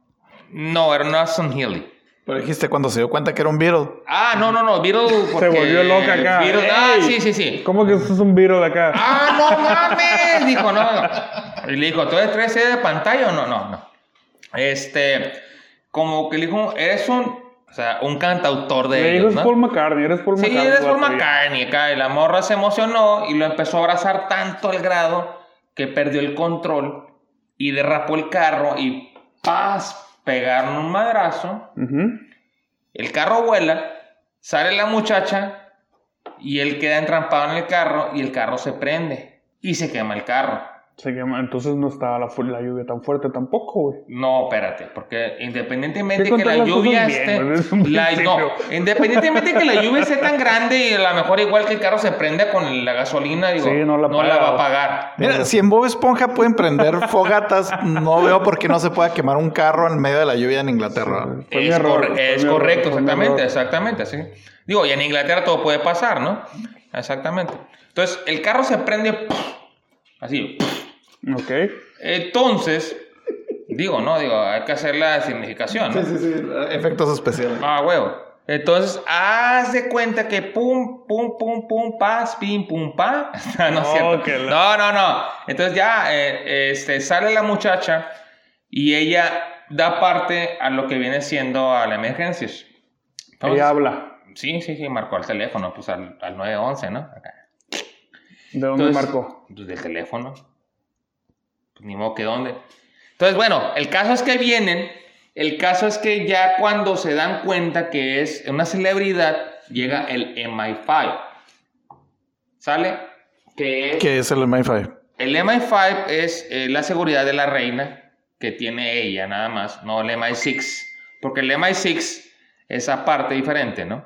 [SPEAKER 3] No, era una Aston Healy.
[SPEAKER 1] Pero dijiste cuando se dio cuenta que era un Beetle.
[SPEAKER 3] Ah, no, no, no, Beatle. porque-
[SPEAKER 2] volvió loca acá.
[SPEAKER 3] Beatle- ah,
[SPEAKER 2] ¡Ey!
[SPEAKER 3] sí, sí, sí.
[SPEAKER 2] ¿Cómo que esto es un virus de acá?
[SPEAKER 3] ¡Ah, no mames! Dijo, no, no. Y le dijo, ¿tú eres 13 de pantalla o no? No, no. Este, como que le dijo, eres un, o sea, un cantautor de
[SPEAKER 2] Le dijo
[SPEAKER 3] ellos,
[SPEAKER 2] es
[SPEAKER 3] ¿no?
[SPEAKER 2] Paul McCartney, eres Paul
[SPEAKER 3] sí,
[SPEAKER 2] McCartney.
[SPEAKER 3] eres Paul
[SPEAKER 2] guapo,
[SPEAKER 3] McCartney. acá. Y la morra se emocionó y lo empezó a abrazar tanto al grado que perdió el control y derrapó el carro y ¡paz! Pegaron un madrazo.
[SPEAKER 2] ya. Ujú.
[SPEAKER 3] El carro vuela, sale la muchacha y él queda entrampado en el carro y el carro se prende y se quema el carro.
[SPEAKER 2] Se quema. Entonces no estaba la, fu- la lluvia tan fuerte tampoco, güey.
[SPEAKER 3] No, espérate, porque independientemente
[SPEAKER 2] Hay que
[SPEAKER 3] que la
[SPEAKER 2] contar las
[SPEAKER 3] lluvia
[SPEAKER 2] cosas bien,
[SPEAKER 3] esté.
[SPEAKER 2] güey, desde un
[SPEAKER 3] la- no,
[SPEAKER 2] principio.
[SPEAKER 3] independientemente que la lluvia esté tan grande y a lo mejor igual que el carro se prenda con la gasolina, digo,
[SPEAKER 2] Sí,
[SPEAKER 3] no,
[SPEAKER 2] no
[SPEAKER 3] la,
[SPEAKER 2] la paga,
[SPEAKER 3] va a
[SPEAKER 2] güey.
[SPEAKER 3] pagar.
[SPEAKER 1] Mira, si en Bob Esponja pueden prender fogatas, no veo por qué no se pueda quemar un carro en medio de la lluvia en Inglaterra.
[SPEAKER 2] Fue mi
[SPEAKER 3] es
[SPEAKER 2] error,
[SPEAKER 3] corre-
[SPEAKER 2] fue mi
[SPEAKER 3] es
[SPEAKER 2] error,
[SPEAKER 3] correcto,
[SPEAKER 2] fue mi
[SPEAKER 3] exactamente,
[SPEAKER 2] error.
[SPEAKER 3] exactamente, sí. Digo, y en Inglaterra todo puede pasar, ¿no? Exactamente. Entonces, el carro se prende ¡puf! así. ¡puf!
[SPEAKER 2] Ok.
[SPEAKER 3] Entonces, digo, no, digo, hay que hacer la significación, ¿no?
[SPEAKER 1] Sí, sí, sí. Efectos especiales.
[SPEAKER 3] Ah, huevo. Entonces, haz de cuenta que pum, pum, pum, pum, paz, pim, pum, pa. no, no es
[SPEAKER 2] No,
[SPEAKER 3] cierto.
[SPEAKER 2] que la-
[SPEAKER 3] No, no, no. Entonces ya eh, este, sale la muchacha y ella da parte a lo que viene siendo a la emergencia. Entonces,
[SPEAKER 2] Ella habla.
[SPEAKER 3] Sí, sí, sí, marcó al teléfono, pues al, al 911, ¿no? Acá.
[SPEAKER 2] ¿De dónde
[SPEAKER 3] Entonces,
[SPEAKER 2] marcó?
[SPEAKER 3] pues, del teléfono. Pues, ni modo que dónde. Entonces, bueno, el caso es que vienen. El caso es que ya cuando se dan cuenta que es una celebridad, llega el MI5. ¿Sale? Que es-
[SPEAKER 1] ¿Qué es el MI5?
[SPEAKER 3] el MI5 es eh, la seguridad de la reina que tiene ella, nada más, no el MI6. Porque el MI6 es aparte diferente, ¿no?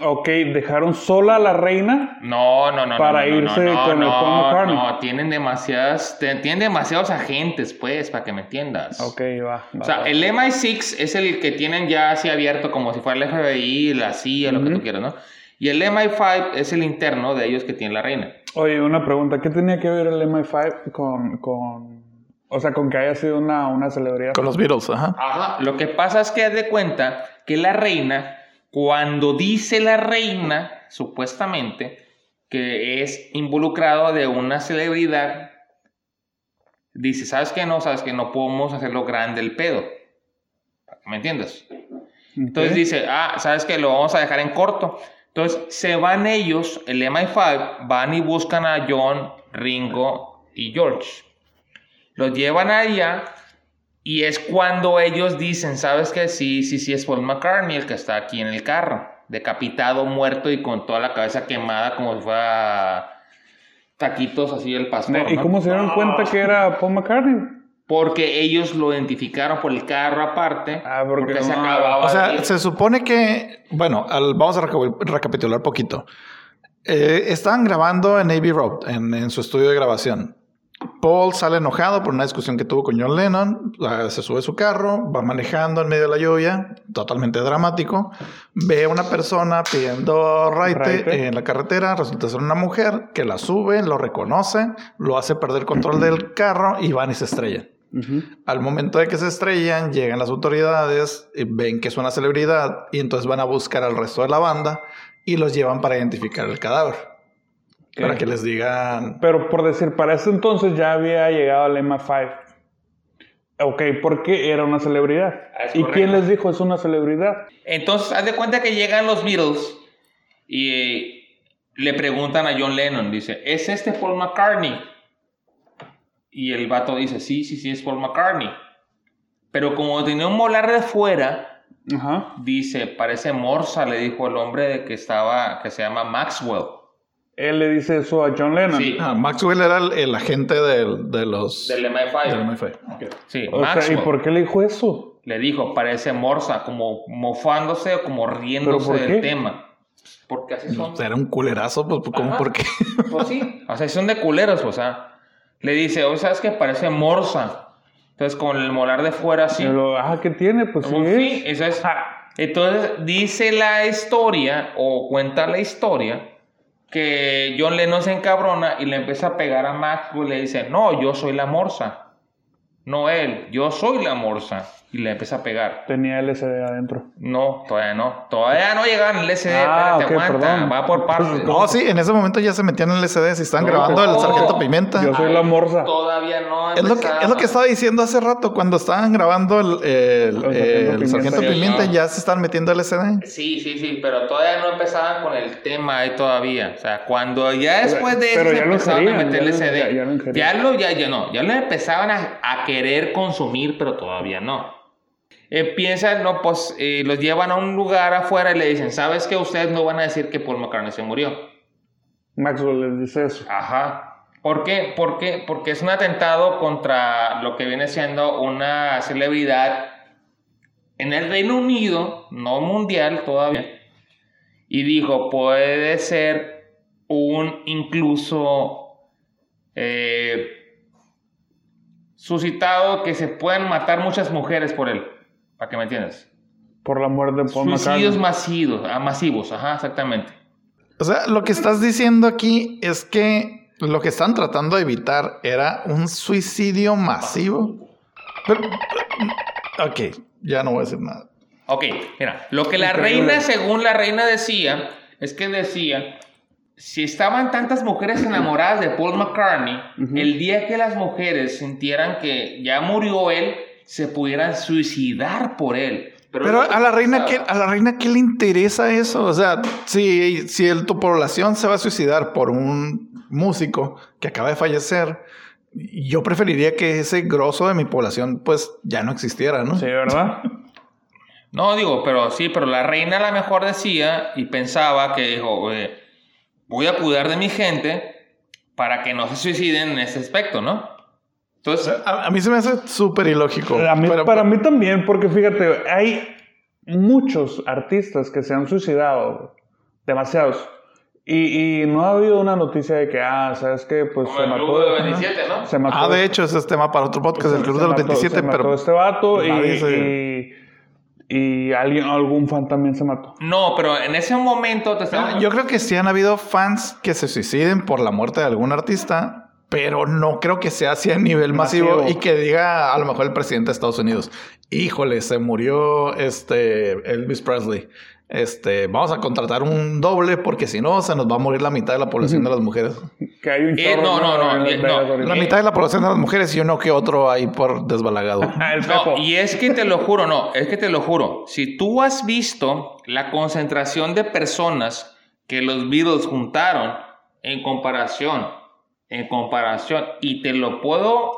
[SPEAKER 2] Ok, dejaron sola a la reina.
[SPEAKER 3] No, no, no.
[SPEAKER 2] Para
[SPEAKER 3] no, no,
[SPEAKER 2] irse
[SPEAKER 3] no, no,
[SPEAKER 2] con el
[SPEAKER 3] no,
[SPEAKER 2] Paul McCartney.
[SPEAKER 3] No, tienen demasiadas, te- tienen demasiados agentes, pues, para que me entiendas.
[SPEAKER 2] Ok, va. va,
[SPEAKER 3] O sea,
[SPEAKER 2] va.
[SPEAKER 3] el MI6 es el que tienen ya así abierto como si fuera el FBI, la CIA, lo que
[SPEAKER 2] Ujú.
[SPEAKER 3] tú quieras, ¿no? Y el MI5 es el interno de ellos que tiene la reina.
[SPEAKER 2] Oye, una pregunta. ¿Qué tenía que ver el MI5 con... con... O sea, con que haya sido una, una celebridad.
[SPEAKER 1] Con los Beatles, ajá.
[SPEAKER 3] Ajá. Lo que pasa es que haz de cuenta que la reina, cuando dice la reina, supuestamente, que es involucrado de una celebridad, dice, ¿sabes qué? No, ¿sabes qué? No podemos hacerlo grande el pedo. ¿Me entiendes? Entonces
[SPEAKER 2] Ok.
[SPEAKER 3] dice, ah, ¿sabes qué? Lo vamos a dejar en corto. Entonces se van ellos, el MI5, van y buscan a John, Ringo y George. Los llevan allá y es cuando ellos dicen, ¿sabes qué? Sí, sí, sí, es Paul McCartney el que está aquí en el carro. Decapitado, muerto y con toda la cabeza quemada como si fuera taquitos así el pastor.
[SPEAKER 2] ¿Y
[SPEAKER 3] ¿no?
[SPEAKER 2] cómo se dieron cuenta que era Paul McCartney?
[SPEAKER 3] Porque ellos lo identificaron por el carro aparte.
[SPEAKER 2] Ah, porque
[SPEAKER 3] se
[SPEAKER 2] no-
[SPEAKER 3] acababa
[SPEAKER 1] O
[SPEAKER 3] de
[SPEAKER 1] sea,
[SPEAKER 3] ir.
[SPEAKER 1] se supone que, bueno, al- vamos a reca- recapitular poquito. Eh, estaban grabando en Abbey Road, en, en su estudio de grabación. Paul sale enojado por una discusión que tuvo con John Lennon, ah, se sube a su carro, va manejando en medio de la lluvia, totalmente dramático, ve a una persona pidiendo raite
[SPEAKER 2] Raite.
[SPEAKER 1] en la carretera, resulta ser una mujer que la sube, lo reconoce, lo hace perder control del carro y van y se estrellan. Al momento de que se estrellan, llegan las autoridades, y ven que es una celebridad y entonces van a buscar al resto de la banda y los llevan para identificar el cadáver. Para que les digan...
[SPEAKER 2] Pero por decir, para ese entonces ya había llegado el MI5. Ok, porque era una celebridad.
[SPEAKER 3] Ah, es
[SPEAKER 2] ¿Y
[SPEAKER 3] correcto.
[SPEAKER 2] quién les dijo es una celebridad?
[SPEAKER 3] Entonces, haz de cuenta que llegan los Beatles y eh, le preguntan a John Lennon, dice, ¿es este Paul McCartney? Y el vato dice, sí, sí, sí, es Paul McCartney. Pero como tenía un molar de fuera,
[SPEAKER 2] Ajá.
[SPEAKER 3] dice, parece Morsa, le dijo el hombre de que estaba, que se llama Maxwell.
[SPEAKER 2] Él le dice eso a John Lennon.
[SPEAKER 3] Sí,
[SPEAKER 1] Ah, Maxwell era el, el agente del- de los...
[SPEAKER 3] del
[SPEAKER 1] del
[SPEAKER 3] MI5.
[SPEAKER 1] MI5.
[SPEAKER 3] Sí,
[SPEAKER 2] O sea, ¿y
[SPEAKER 3] Maxwell.
[SPEAKER 2] por qué le dijo eso?
[SPEAKER 3] le dijo, parece morsa, como mofándose o como
[SPEAKER 2] ¿Pero
[SPEAKER 3] riéndose
[SPEAKER 2] por qué?
[SPEAKER 3] del tema. Porque así son.
[SPEAKER 1] O sea, era un culerazo, pues, pues, ¿cómo?
[SPEAKER 3] Ajá.
[SPEAKER 1] ¿Por qué?
[SPEAKER 3] Pues sí, o sea, son de culeros, o sea. Le dice, oye, ¿sabes qué? Parece morsa. Entonces, con el molar de fuera así.
[SPEAKER 2] Pero, ah, ¿qué tiene? Pues sí.
[SPEAKER 3] Como,
[SPEAKER 2] es.
[SPEAKER 3] sí, eso es.
[SPEAKER 1] Ah.
[SPEAKER 3] Entonces, dice la historia, o cuenta la historia, que John Lennon se encabrona y le empieza a pegar a Maxwell y le dice, no, yo soy la morsa. No él, yo soy la morsa. Y le empieza a pegar.
[SPEAKER 2] Tenía LSD adentro.
[SPEAKER 3] No, todavía no. Todavía no llegaron al SD.
[SPEAKER 2] Ah,
[SPEAKER 3] espérate,
[SPEAKER 2] ok,
[SPEAKER 3] aguanta,
[SPEAKER 2] perdón.
[SPEAKER 3] Va por partes.
[SPEAKER 1] No, sí, en ese momento ya se metían en el SD, si estaban
[SPEAKER 3] No,
[SPEAKER 1] grabando el
[SPEAKER 3] no.
[SPEAKER 1] sargento Pimenta.
[SPEAKER 2] Yo soy la morsa.
[SPEAKER 3] Todavía no
[SPEAKER 1] Es lo, que, es lo que estaba diciendo hace rato, cuando estaban grabando el, el-
[SPEAKER 2] El
[SPEAKER 1] el
[SPEAKER 2] Sargento
[SPEAKER 1] Sargento
[SPEAKER 2] Pimienta.
[SPEAKER 1] Pimienta,
[SPEAKER 3] Sí,
[SPEAKER 1] ya se están metiendo al SD.
[SPEAKER 3] Sí, sí, sí, pero todavía no empezaban con el tema ahí todavía. O sea, cuando ya después de
[SPEAKER 2] pero
[SPEAKER 3] eso se
[SPEAKER 2] ya lo
[SPEAKER 3] empezaban
[SPEAKER 2] ingerían,
[SPEAKER 3] a meter
[SPEAKER 2] ya lo-
[SPEAKER 3] LSD.
[SPEAKER 2] ya- ya lo ingerían.
[SPEAKER 3] ya lo, ya, ya no, ya lo empezaban a, a querer consumir, pero todavía no. Empiezan, no, pues eh, los llevan a un lugar afuera y le dicen, ¿sabes qué? Ustedes no van a decir que Paul McCartney se murió.
[SPEAKER 2] Maxwell les dice eso.
[SPEAKER 3] Ajá. ¿Por qué? ¿Por qué? Porque es un atentado contra lo que viene siendo una celebridad en el Reino Unido, no mundial todavía. Y dijo, puede ser un incluso eh, suscitado que se puedan matar muchas mujeres por él. ¿Para que me entiendas?
[SPEAKER 2] Por la muerte de Paul
[SPEAKER 3] Suicidios
[SPEAKER 2] McCartney.
[SPEAKER 3] masivos, ah, masivos, ajá, exactamente.
[SPEAKER 1] O sea, lo que estás diciendo aquí es que lo que están tratando de evitar era un suicidio masivo. Pero, ok, ya no voy a decir nada.
[SPEAKER 3] Ok, mira, lo que la
[SPEAKER 2] Increíble.
[SPEAKER 3] reina, según la reina decía, es que decía, si estaban tantas mujeres enamoradas de Paul McCartney,
[SPEAKER 2] Ujú.
[SPEAKER 3] el día que las mujeres sintieran que ya murió él, se pudieran suicidar por él.
[SPEAKER 1] Pero
[SPEAKER 3] es lo
[SPEAKER 1] a la reina que
[SPEAKER 3] pensaba.
[SPEAKER 1] a la reina qué le interesa eso, o sea, si si el- tu población se va a suicidar por un músico que acaba de fallecer, yo preferiría que ese grosso de mi población pues ya no existiera, ¿no?
[SPEAKER 2] Sí, ¿verdad?
[SPEAKER 3] No, digo, pero sí, pero la reina a lo mejor decía y pensaba que dijo, "Oye, voy a cuidar de mi gente para que no se suiciden en ese aspecto, ¿no? Entonces,
[SPEAKER 1] A, a mí se me hace súper ilógico.
[SPEAKER 2] A mí-
[SPEAKER 1] pero- ah,
[SPEAKER 2] para mí también, porque fíjate, hay muchos artistas que se han suicidado, demasiados, y, y no ha habido una noticia de que, ah, sabes que pues
[SPEAKER 3] como
[SPEAKER 2] se
[SPEAKER 3] el
[SPEAKER 2] mató,
[SPEAKER 3] club de
[SPEAKER 2] ajá,
[SPEAKER 3] 27, ¿no?
[SPEAKER 2] se mató.
[SPEAKER 1] Ah, de hecho, ese es tema para otro podcast, el Club
[SPEAKER 2] se
[SPEAKER 1] de los
[SPEAKER 2] mató-
[SPEAKER 1] 27,
[SPEAKER 2] se mató
[SPEAKER 1] pero... pues
[SPEAKER 2] este vato y,
[SPEAKER 1] Nadie
[SPEAKER 2] y- y alguien, algún fan también se mató.
[SPEAKER 3] No, pero en ese momento te estaba...
[SPEAKER 1] Ah, Yo creo que sí han habido fans que se suiciden por la muerte de algún artista, pero no creo que sea así a nivel masivo,
[SPEAKER 2] Masivo.
[SPEAKER 1] y que diga a lo mejor el presidente de Estados Unidos, híjole, se murió este Elvis Presley. Este, vamos a contratar un doble porque si no se nos va a morir la mitad de la población de las mujeres.
[SPEAKER 2] Que hay un
[SPEAKER 3] Eh,
[SPEAKER 2] chorro,
[SPEAKER 3] no, no, no,
[SPEAKER 2] En Las
[SPEAKER 3] eh,
[SPEAKER 2] Vegas
[SPEAKER 3] no.
[SPEAKER 2] ahorita.
[SPEAKER 1] La mitad de la población de las mujeres y uno que otro ahí por desbalagado.
[SPEAKER 2] Ah, el
[SPEAKER 3] No,
[SPEAKER 2] Pepo.
[SPEAKER 3] y es que te lo juro, no, es que te lo juro. Si tú has visto la concentración de personas que los Beatles juntaron en comparación, en comparación, y te lo puedo,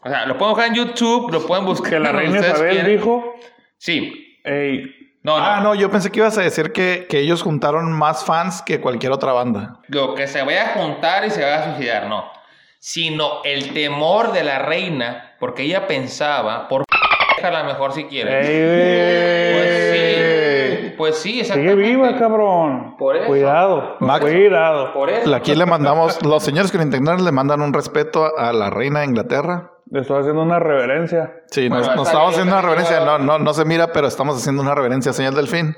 [SPEAKER 3] o sea, lo pueden buscar en YouTube, lo pueden buscar.
[SPEAKER 2] que la
[SPEAKER 3] donde
[SPEAKER 2] reina
[SPEAKER 3] ustedes
[SPEAKER 2] Isabel
[SPEAKER 3] quieran.
[SPEAKER 2] dijo,
[SPEAKER 3] Sí,
[SPEAKER 2] "Ey,
[SPEAKER 3] no, no,
[SPEAKER 1] Ah, no, yo pensé que ibas a decir que, que ellos juntaron más fans que cualquier otra banda.
[SPEAKER 3] lo que se vaya a juntar y se vaya a suicidar, no, sino el temor de la reina, porque ella pensaba, por a lo mejor si quiere.
[SPEAKER 2] ey, ey,
[SPEAKER 3] Pues sí, pues sí,
[SPEAKER 2] Sigue
[SPEAKER 3] exactamente.
[SPEAKER 2] viva, cabrón.
[SPEAKER 3] Por eso.
[SPEAKER 2] Cuidado.
[SPEAKER 1] Max.
[SPEAKER 2] Cuidado.
[SPEAKER 3] Por eso.
[SPEAKER 1] Aquí le mandamos, los señores que lo intentaron le mandan un respeto a la reina de Inglaterra.
[SPEAKER 2] Le estoy haciendo una reverencia.
[SPEAKER 1] Sí,
[SPEAKER 3] Bueno,
[SPEAKER 1] nos, nos
[SPEAKER 3] está
[SPEAKER 1] estamos
[SPEAKER 3] bien,
[SPEAKER 1] haciendo una
[SPEAKER 3] está bien,
[SPEAKER 1] reverencia. No, no,
[SPEAKER 3] claro.
[SPEAKER 1] no se mira, pero estamos haciendo una reverencia, señal del fin.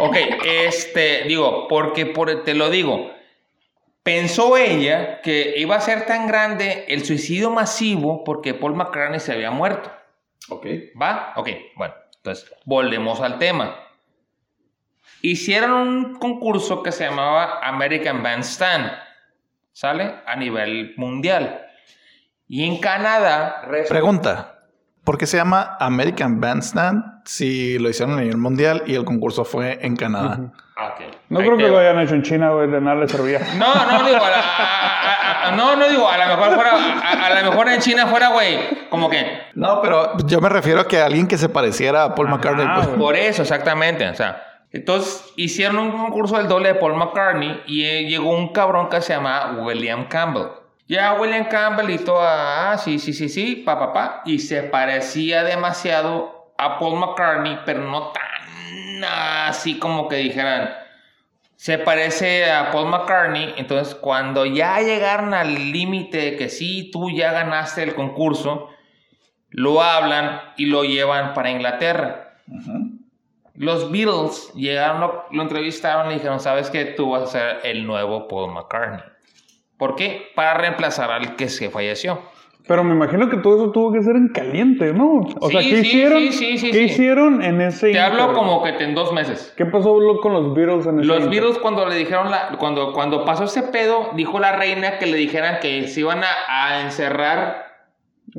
[SPEAKER 3] Ok, este, digo, porque por, te lo digo, pensó ella que iba a ser tan grande el suicidio masivo porque Paul McCartney se había muerto.
[SPEAKER 1] Ok.
[SPEAKER 3] ¿Va? Ok, bueno, entonces volvemos al tema. Hicieron un concurso que se llamaba American Bandstand, ¿sale? A nivel mundial. Y en Canadá...
[SPEAKER 1] Pregunta. ¿Por qué se llama American Bandstand si lo hicieron en el mundial y el concurso fue en Canadá?
[SPEAKER 3] Ah, ok.
[SPEAKER 2] No
[SPEAKER 3] Ahí
[SPEAKER 2] creo
[SPEAKER 3] te
[SPEAKER 2] que lo
[SPEAKER 3] va.
[SPEAKER 2] hayan hecho en China, güey. De nada le servía.
[SPEAKER 3] No, no digo, a la- a- a- a- no, no digo, a lo mejor fuera, a, a lo mejor en China fuera, güey, como que,
[SPEAKER 1] No, pero yo me refiero a que alguien que se pareciera a Paul McCartney.
[SPEAKER 2] Ajá,
[SPEAKER 1] pues.
[SPEAKER 2] güey.
[SPEAKER 3] por eso, exactamente, o sea, entonces hicieron un concurso del doble de Paul McCartney y eh, llegó un cabrón que se llama William Campbell. Ya William Campbell y toda, ah, sí, sí, sí, sí, pa, pa, pa. Y se parecía demasiado a Paul McCartney, pero no tan así como que dijeran. Se parece a Paul McCartney, entonces cuando ya llegaron al límite de que sí, tú ya ganaste el concurso, lo hablan y lo llevan para Inglaterra. Los Beatles llegaron, lo, lo entrevistaron y dijeron, sabes que tú vas a ser el nuevo Paul McCartney. ¿Por qué? Para reemplazar al que se falleció.
[SPEAKER 2] Pero me imagino que todo eso tuvo que ser en caliente, ¿no? O sea,
[SPEAKER 3] Sí,
[SPEAKER 2] ¿qué
[SPEAKER 3] sí,
[SPEAKER 2] hicieron?
[SPEAKER 3] sí, sí, sí,
[SPEAKER 2] ¿Qué
[SPEAKER 3] sí.
[SPEAKER 2] hicieron en ese
[SPEAKER 3] Te hablo
[SPEAKER 2] inter?
[SPEAKER 3] como que en dos meses.
[SPEAKER 2] ¿Qué pasó lo- con los Beatles en ese
[SPEAKER 3] Los
[SPEAKER 2] inter?
[SPEAKER 3] Beatles cuando le dijeron la, cuando, cuando pasó ese pedo, dijo la reina que le dijeran que se iban a, a encerrar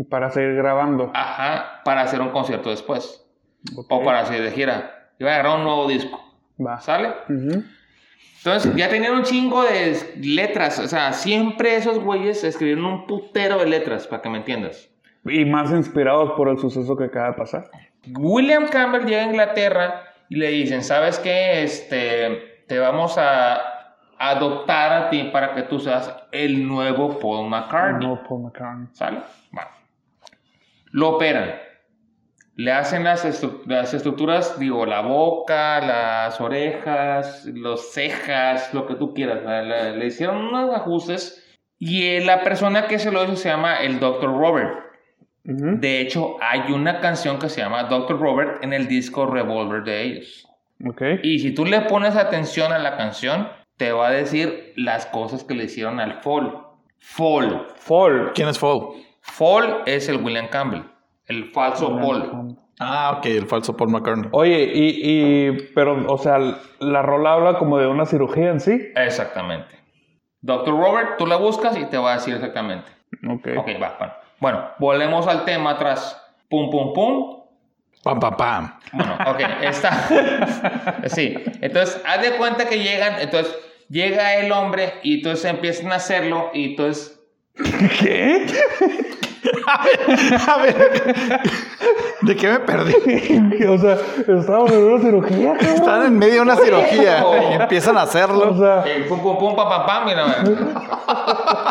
[SPEAKER 2] Para seguir grabando.
[SPEAKER 3] ajá, para hacer un concierto después.
[SPEAKER 2] Ok.
[SPEAKER 3] Ah, O para hacer de gira. Iba a agarrar un nuevo disco.
[SPEAKER 2] Va.
[SPEAKER 3] ¿Sale?
[SPEAKER 2] Ujú.
[SPEAKER 3] Entonces ya tenían un chingo de letras. O sea, siempre esos güeyes escribieron un putero de letras, para que me entiendas.
[SPEAKER 2] Y más inspirados por el suceso que acaba de pasar.
[SPEAKER 3] William Campbell llega a Inglaterra y le dicen, ¿sabes qué? Este, te vamos a adoptar a ti para que tú seas el nuevo Paul McCartney.
[SPEAKER 2] No, Paul McCartney.
[SPEAKER 3] ¿Sale? Va. Lo operan. Le hacen las, estru- las estructuras, digo, la boca, las orejas, las cejas, lo que tú quieras. La- la- le hicieron unos ajustes y eh, la persona que se lo hizo se llama el Dr. Robert.
[SPEAKER 2] Ujú.
[SPEAKER 3] De hecho, hay una canción que se llama Dr. Robert en el disco Revolver de ellos.
[SPEAKER 2] Ok.
[SPEAKER 3] Y si tú le pones atención a la canción, te va a decir las cosas que le hicieron al Fall. Fall.
[SPEAKER 2] Fall.
[SPEAKER 1] ¿Quién es Fall?
[SPEAKER 3] Fall es el William Campbell, el falso Paul.
[SPEAKER 1] Ah, ok, el falso Paul McCartney.
[SPEAKER 2] Oye, y, y- Pero, o sea, la rola habla como de una cirugía en sí.
[SPEAKER 3] Exactamente. Doctor Robert, tú la buscas y te va a decir exactamente.
[SPEAKER 2] Ok.
[SPEAKER 3] Ok, va, bueno. Bueno, volvemos al tema atrás. Pum, pum, pum.
[SPEAKER 1] Pam, pam, pam.
[SPEAKER 3] Bueno, ok, está. Sí, entonces, haz de cuenta que llegan, entonces, llega el hombre y entonces empiezan a hacerlo y entonces,
[SPEAKER 2] ¿Qué?
[SPEAKER 1] A ver, ¿de qué me perdí?
[SPEAKER 2] o sea, estábamos en una cirugía, cabrón?
[SPEAKER 1] Están en medio de una cirugía y empiezan a
[SPEAKER 2] O
[SPEAKER 1] hacerlo.
[SPEAKER 2] sea,
[SPEAKER 3] eh, pum, pum, pum, pam, pam, pam, mira.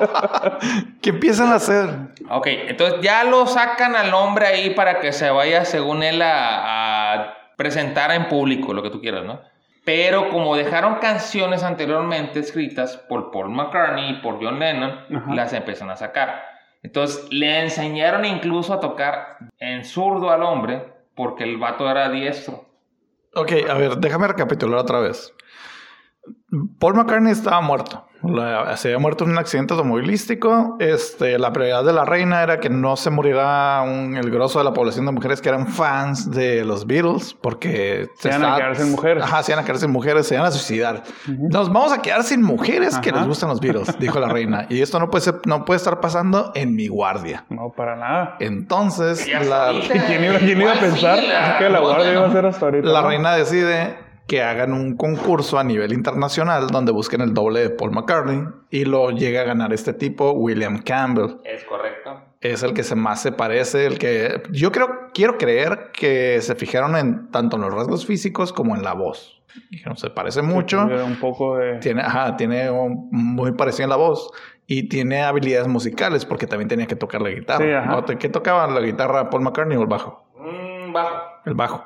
[SPEAKER 1] ¿Qué empiezan a hacer?
[SPEAKER 3] Ok, entonces ya lo sacan al hombre ahí para que se vaya, según él, a, a presentar en público, lo que tú quieras, ¿no? Pero como dejaron canciones anteriormente escritas por Paul McCartney y por John Lennon,
[SPEAKER 2] Ajá.
[SPEAKER 3] las empiezan a sacar. Entonces le enseñaron incluso a tocar en zurdo al hombre porque el vato era diestro.
[SPEAKER 1] Ok, a ver, déjame recapitular otra vez. Paul McCartney estaba muerto. La- se había muerto en un accidente automovilístico. Este, la prioridad de la reina era que no se muriera un- el grosso de la población de mujeres que eran fans de los Beatles, porque
[SPEAKER 2] Se iban a quedar sin mujeres.
[SPEAKER 1] Ajá, se iban a quedar sin mujeres, se iban a suicidar. Nos vamos a quedar sin mujeres que
[SPEAKER 2] Ajá.
[SPEAKER 1] les gustan los Beatles, dijo la reina. Y esto no puede, ser- no puede estar pasando en mi guardia.
[SPEAKER 2] no, para nada.
[SPEAKER 1] Entonces,
[SPEAKER 3] Y hasta
[SPEAKER 1] la,
[SPEAKER 3] ahorita,
[SPEAKER 2] ¿Y quién iba, quién iba a
[SPEAKER 3] igual Pues sí,
[SPEAKER 2] pensar que la guardia iba a ser hasta ahorita?
[SPEAKER 1] La
[SPEAKER 2] no?
[SPEAKER 1] reina decide que hagan un concurso a nivel internacional donde busquen el doble de Paul McCartney y lo llega a ganar este tipo, William Campbell.
[SPEAKER 3] Es correcto.
[SPEAKER 1] Es el que se más se parece, el que yo creo, quiero creer que se fijaron en tanto en los rasgos físicos como en la voz. Dijeron, se parece mucho.
[SPEAKER 2] Tuviera Un poco de...
[SPEAKER 1] Tiene, ajá, tiene un- muy parecido en la voz y tiene habilidades musicales porque también tenía que tocar la guitarra.
[SPEAKER 2] Sí, ajá.
[SPEAKER 1] ¿O te- ¿Qué tocaba la guitarra Paul McCartney o el bajo?
[SPEAKER 3] Mm, bajo.
[SPEAKER 1] El bajo.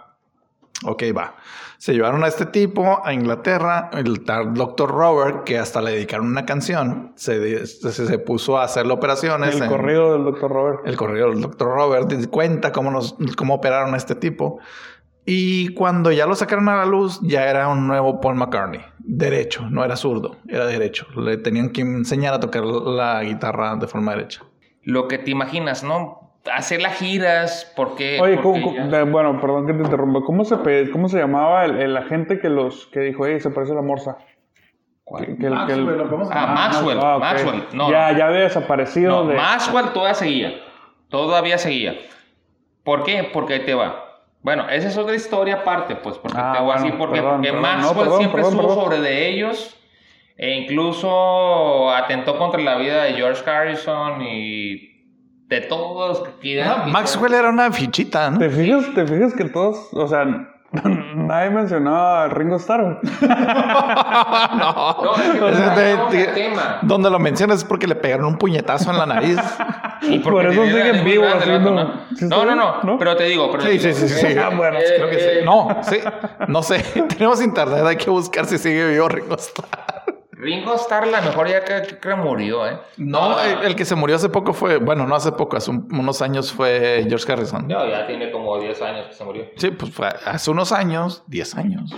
[SPEAKER 1] Ok, va. Se llevaron a este tipo a Inglaterra, el tal Dr. Robert, que hasta le dedicaron una canción, se, de- se, se puso a hacerle operaciones.
[SPEAKER 2] El
[SPEAKER 1] en-
[SPEAKER 2] corrido del doctor Robert.
[SPEAKER 1] El corrido del Dr. Robert y cuenta cómo, nos, cómo operaron a este tipo. Y cuando ya lo sacaron a la luz, ya era un nuevo Paul McCartney. Derecho, no era zurdo, era derecho. Le tenían que enseñar a tocar la guitarra de forma derecha.
[SPEAKER 3] Lo que te imaginas, ¿no? Hacer las giras, porque...
[SPEAKER 2] Oye,
[SPEAKER 3] porque
[SPEAKER 2] ¿cómo- cómo-
[SPEAKER 3] ya-
[SPEAKER 2] de- bueno, perdón que te interrumpa. ¿Cómo se, pe- cómo se llamaba el, el agente que los que dijo, hey, se parece a la morsa?
[SPEAKER 3] ¿Cuál?
[SPEAKER 2] Que- que el- que el-
[SPEAKER 3] Ah, Maxwell,
[SPEAKER 2] ah, ok.
[SPEAKER 3] Maxwell. No,
[SPEAKER 2] ya,
[SPEAKER 3] no.
[SPEAKER 2] ya había desaparecido
[SPEAKER 3] No,
[SPEAKER 2] de...
[SPEAKER 3] Maxwell todavía seguía. Todavía seguía. ¿Por qué? Porque ahí te va. Bueno, esa es otra historia aparte, pues, porque
[SPEAKER 2] Ah,
[SPEAKER 3] te voy a
[SPEAKER 2] bueno,
[SPEAKER 3] decir por qué.
[SPEAKER 2] perdón,
[SPEAKER 3] porque
[SPEAKER 2] perdón, no,
[SPEAKER 3] Maxwell
[SPEAKER 2] perdón,
[SPEAKER 3] siempre
[SPEAKER 2] perdón,
[SPEAKER 3] estuvo
[SPEAKER 2] perdón.
[SPEAKER 3] sobre de ellos e incluso atentó contra la vida de George Harrison y de todos los que quieran.
[SPEAKER 1] Ah, Maxwell era una fichita, ¿no?
[SPEAKER 2] ¿Te fijas, ¿Te fijas que todos, o sea, Nadie mencionaba a Ringo Starr.
[SPEAKER 1] no.
[SPEAKER 3] No, es que
[SPEAKER 1] Ese es de-
[SPEAKER 3] no
[SPEAKER 1] ti-
[SPEAKER 3] tema.
[SPEAKER 1] Donde lo mencionas es porque le pegaron un puñetazo en la nariz.
[SPEAKER 2] Y por
[SPEAKER 3] Porque pues,
[SPEAKER 2] eso
[SPEAKER 3] tenía
[SPEAKER 2] siguen
[SPEAKER 3] la
[SPEAKER 2] vivos.
[SPEAKER 3] lengua grande,
[SPEAKER 2] haciendo-
[SPEAKER 3] vato,
[SPEAKER 2] ¿Sí está
[SPEAKER 3] ¿no? No,
[SPEAKER 2] bien?
[SPEAKER 3] no, no, pero te digo. eh, Pero
[SPEAKER 1] Sí, sí, sí, sí.
[SPEAKER 2] Ah, bueno,
[SPEAKER 1] Creo que
[SPEAKER 3] eh,
[SPEAKER 1] sí. No, sí. No sé. Tenemos internet. Hay que buscar si sigue vivo Ringo Starr.
[SPEAKER 3] Ringo Starr, la mejor ya que, que murió, ¿eh?
[SPEAKER 1] No, el, el que se murió hace poco fue... Bueno, no hace poco. Hace un- unos años fue George Harrison.
[SPEAKER 3] No, ya tiene como 10 años que se murió.
[SPEAKER 1] Sí, pues fue hace unos años. 10 años.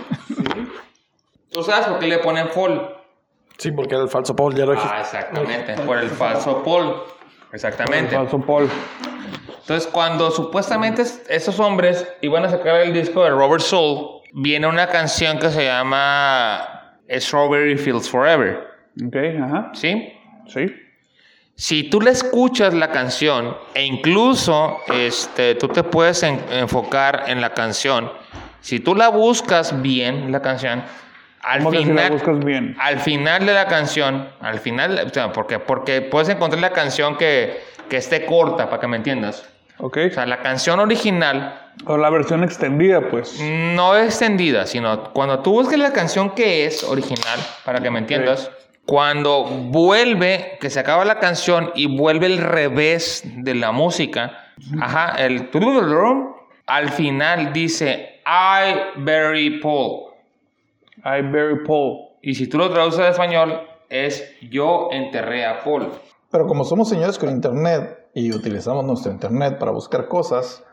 [SPEAKER 3] ¿Tú sabes por qué le ponen Paul?
[SPEAKER 1] Sí, porque era el falso Paul. Ya lo
[SPEAKER 3] Ah, exactamente, por el falso Paul. Exactamente.
[SPEAKER 2] Falso Paul.
[SPEAKER 3] Entonces, cuando supuestamente es- esos hombres iban a sacar el disco de Robert Soul, viene una canción que se llama Strawberry Fields Forever,
[SPEAKER 2] Ok, ajá.
[SPEAKER 3] ¿sí?
[SPEAKER 2] Sí.
[SPEAKER 3] Si tú le escuchas la canción e incluso este, tú te puedes en- enfocar en la canción, si tú la buscas bien, la canción, al
[SPEAKER 2] Como que si la
[SPEAKER 3] final...
[SPEAKER 2] buscas bien.
[SPEAKER 3] Al final de la canción, al final, o sea, porque, porque puedes encontrar la canción que, que esté corta, para que me entiendas.
[SPEAKER 2] Ok.
[SPEAKER 3] O sea, la canción original,
[SPEAKER 2] O la versión extendida, pues.
[SPEAKER 3] no extendida, sino cuando tú busques la canción que es original, para que me entiendas, cuando vuelve, que se acaba la canción y vuelve el revés de la música, ajá, el turururu, al final dice I bury Paul.
[SPEAKER 2] I bury Paul.
[SPEAKER 3] Y si tú lo traduces al español, es yo enterré a Paul.
[SPEAKER 1] Pero como somos señores con internet y utilizamos nuestro internet para buscar cosas,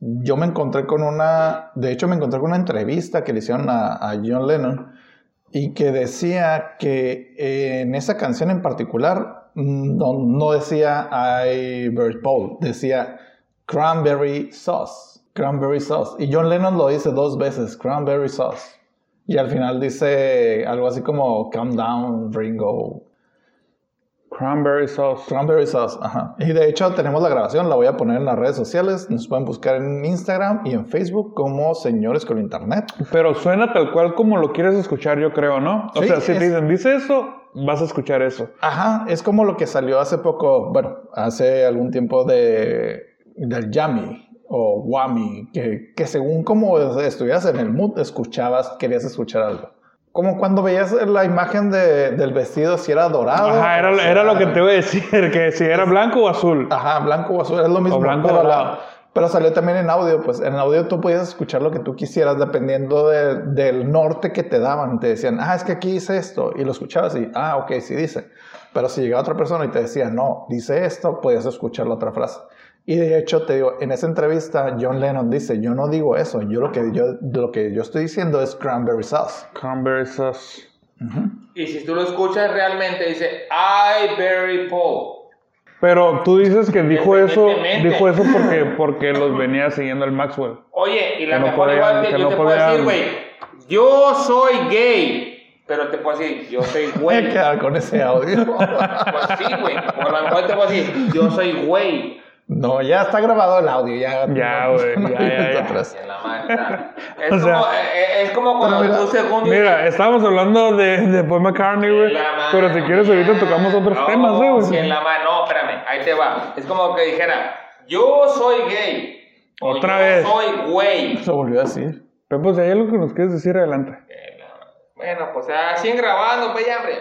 [SPEAKER 1] yo me encontré con una, de hecho me encontré con una entrevista que le hicieron a, a John Lennon y que decía que eh, en esa canción en particular mm, no, no decía I Bird Paul, decía Cranberry Sauce, Cranberry Sauce. Y John Lennon lo dice dos veces, Cranberry Sauce. Y al final dice algo así como Calm down, Ringo,
[SPEAKER 2] Cranberry sauce.
[SPEAKER 1] Cranberry sauce, ajá. Y de hecho tenemos la grabación, la voy a poner en las redes sociales. Nos pueden buscar en Instagram y en Facebook como Señores con Internet.
[SPEAKER 2] Pero suena tal cual como lo quieres escuchar, yo creo, ¿no? O
[SPEAKER 1] Sí,
[SPEAKER 2] sea, si
[SPEAKER 1] es-
[SPEAKER 2] te dicen, dice eso, vas a escuchar eso.
[SPEAKER 1] Ajá, es como lo que salió hace poco, bueno, hace algún tiempo de del Yami o Wami, que, que según como estuvieras en el mood, escuchabas, querías escuchar algo. Como cuando veías la imagen de- del vestido, si era dorado.
[SPEAKER 2] Ajá,
[SPEAKER 1] o si
[SPEAKER 2] era, era lo que te iba a decir, que si era blanco o azul.
[SPEAKER 1] Ajá, blanco o azul, es lo mismo.
[SPEAKER 2] blanco
[SPEAKER 1] pero,
[SPEAKER 2] o
[SPEAKER 1] la-
[SPEAKER 2] dorado.
[SPEAKER 1] pero salió también en audio, pues en audio tú podías escuchar lo que tú quisieras dependiendo de- del norte que te daban. Te decían, ah, es que aquí dice esto, y lo escuchabas y, ah, ok, sí dice. Pero si llegaba otra persona y te decía, no, dice esto, podías escuchar la otra frase. Y de hecho, te digo, en esa entrevista, John Lennon dice, yo no digo eso, yo lo que yo, lo que yo estoy diciendo es cranberry sauce.
[SPEAKER 2] Cranberry sauce.
[SPEAKER 3] Y si tú lo escuchas realmente, dice I bury Paul.
[SPEAKER 2] Pero tú dices que dijo eso,
[SPEAKER 3] Independientemente.
[SPEAKER 2] dijo eso porque, porque los venía siguiendo el Maxwell.
[SPEAKER 3] Oye, y la
[SPEAKER 2] Que no
[SPEAKER 3] mejor igual
[SPEAKER 2] podían-
[SPEAKER 3] que,
[SPEAKER 2] que
[SPEAKER 3] yo
[SPEAKER 2] no
[SPEAKER 3] te puedo decir,
[SPEAKER 2] podían.
[SPEAKER 3] güey, yo soy gay. Pero te puedo decir, yo soy
[SPEAKER 1] Voy
[SPEAKER 3] güey.
[SPEAKER 1] a quedar con ese audio.
[SPEAKER 3] pues sí, güey. O a lo mejor te puedo decir, yo soy güey.
[SPEAKER 1] no, ya está grabado el audio, ya.
[SPEAKER 2] Ya, güey,
[SPEAKER 1] no hay
[SPEAKER 2] ya, ya,
[SPEAKER 1] vuelta
[SPEAKER 2] ya.
[SPEAKER 1] atrás.
[SPEAKER 3] En la madre, está. Es,
[SPEAKER 2] O sea,
[SPEAKER 3] como, eh, eh, es como cuando
[SPEAKER 1] pero mira,
[SPEAKER 3] tú segundo...
[SPEAKER 2] Mira, estábamos hablando de, de Paul McCartney, güey.
[SPEAKER 3] La
[SPEAKER 2] Pero si
[SPEAKER 3] mano,
[SPEAKER 2] quieres, ahorita tocamos otros
[SPEAKER 3] no,
[SPEAKER 2] temas, ¿eh,
[SPEAKER 3] si en
[SPEAKER 2] güey.
[SPEAKER 3] la mano, no, espérame, ahí te va. Es como que dijera, yo soy gay. o
[SPEAKER 2] Otra
[SPEAKER 3] yo
[SPEAKER 2] vez.
[SPEAKER 3] soy güey.
[SPEAKER 1] Se volvió a decir.
[SPEAKER 2] Pero pues si hay algo que nos quieres decir, adelante.
[SPEAKER 3] Bueno, pues siguen grabando, pues ya, hombre.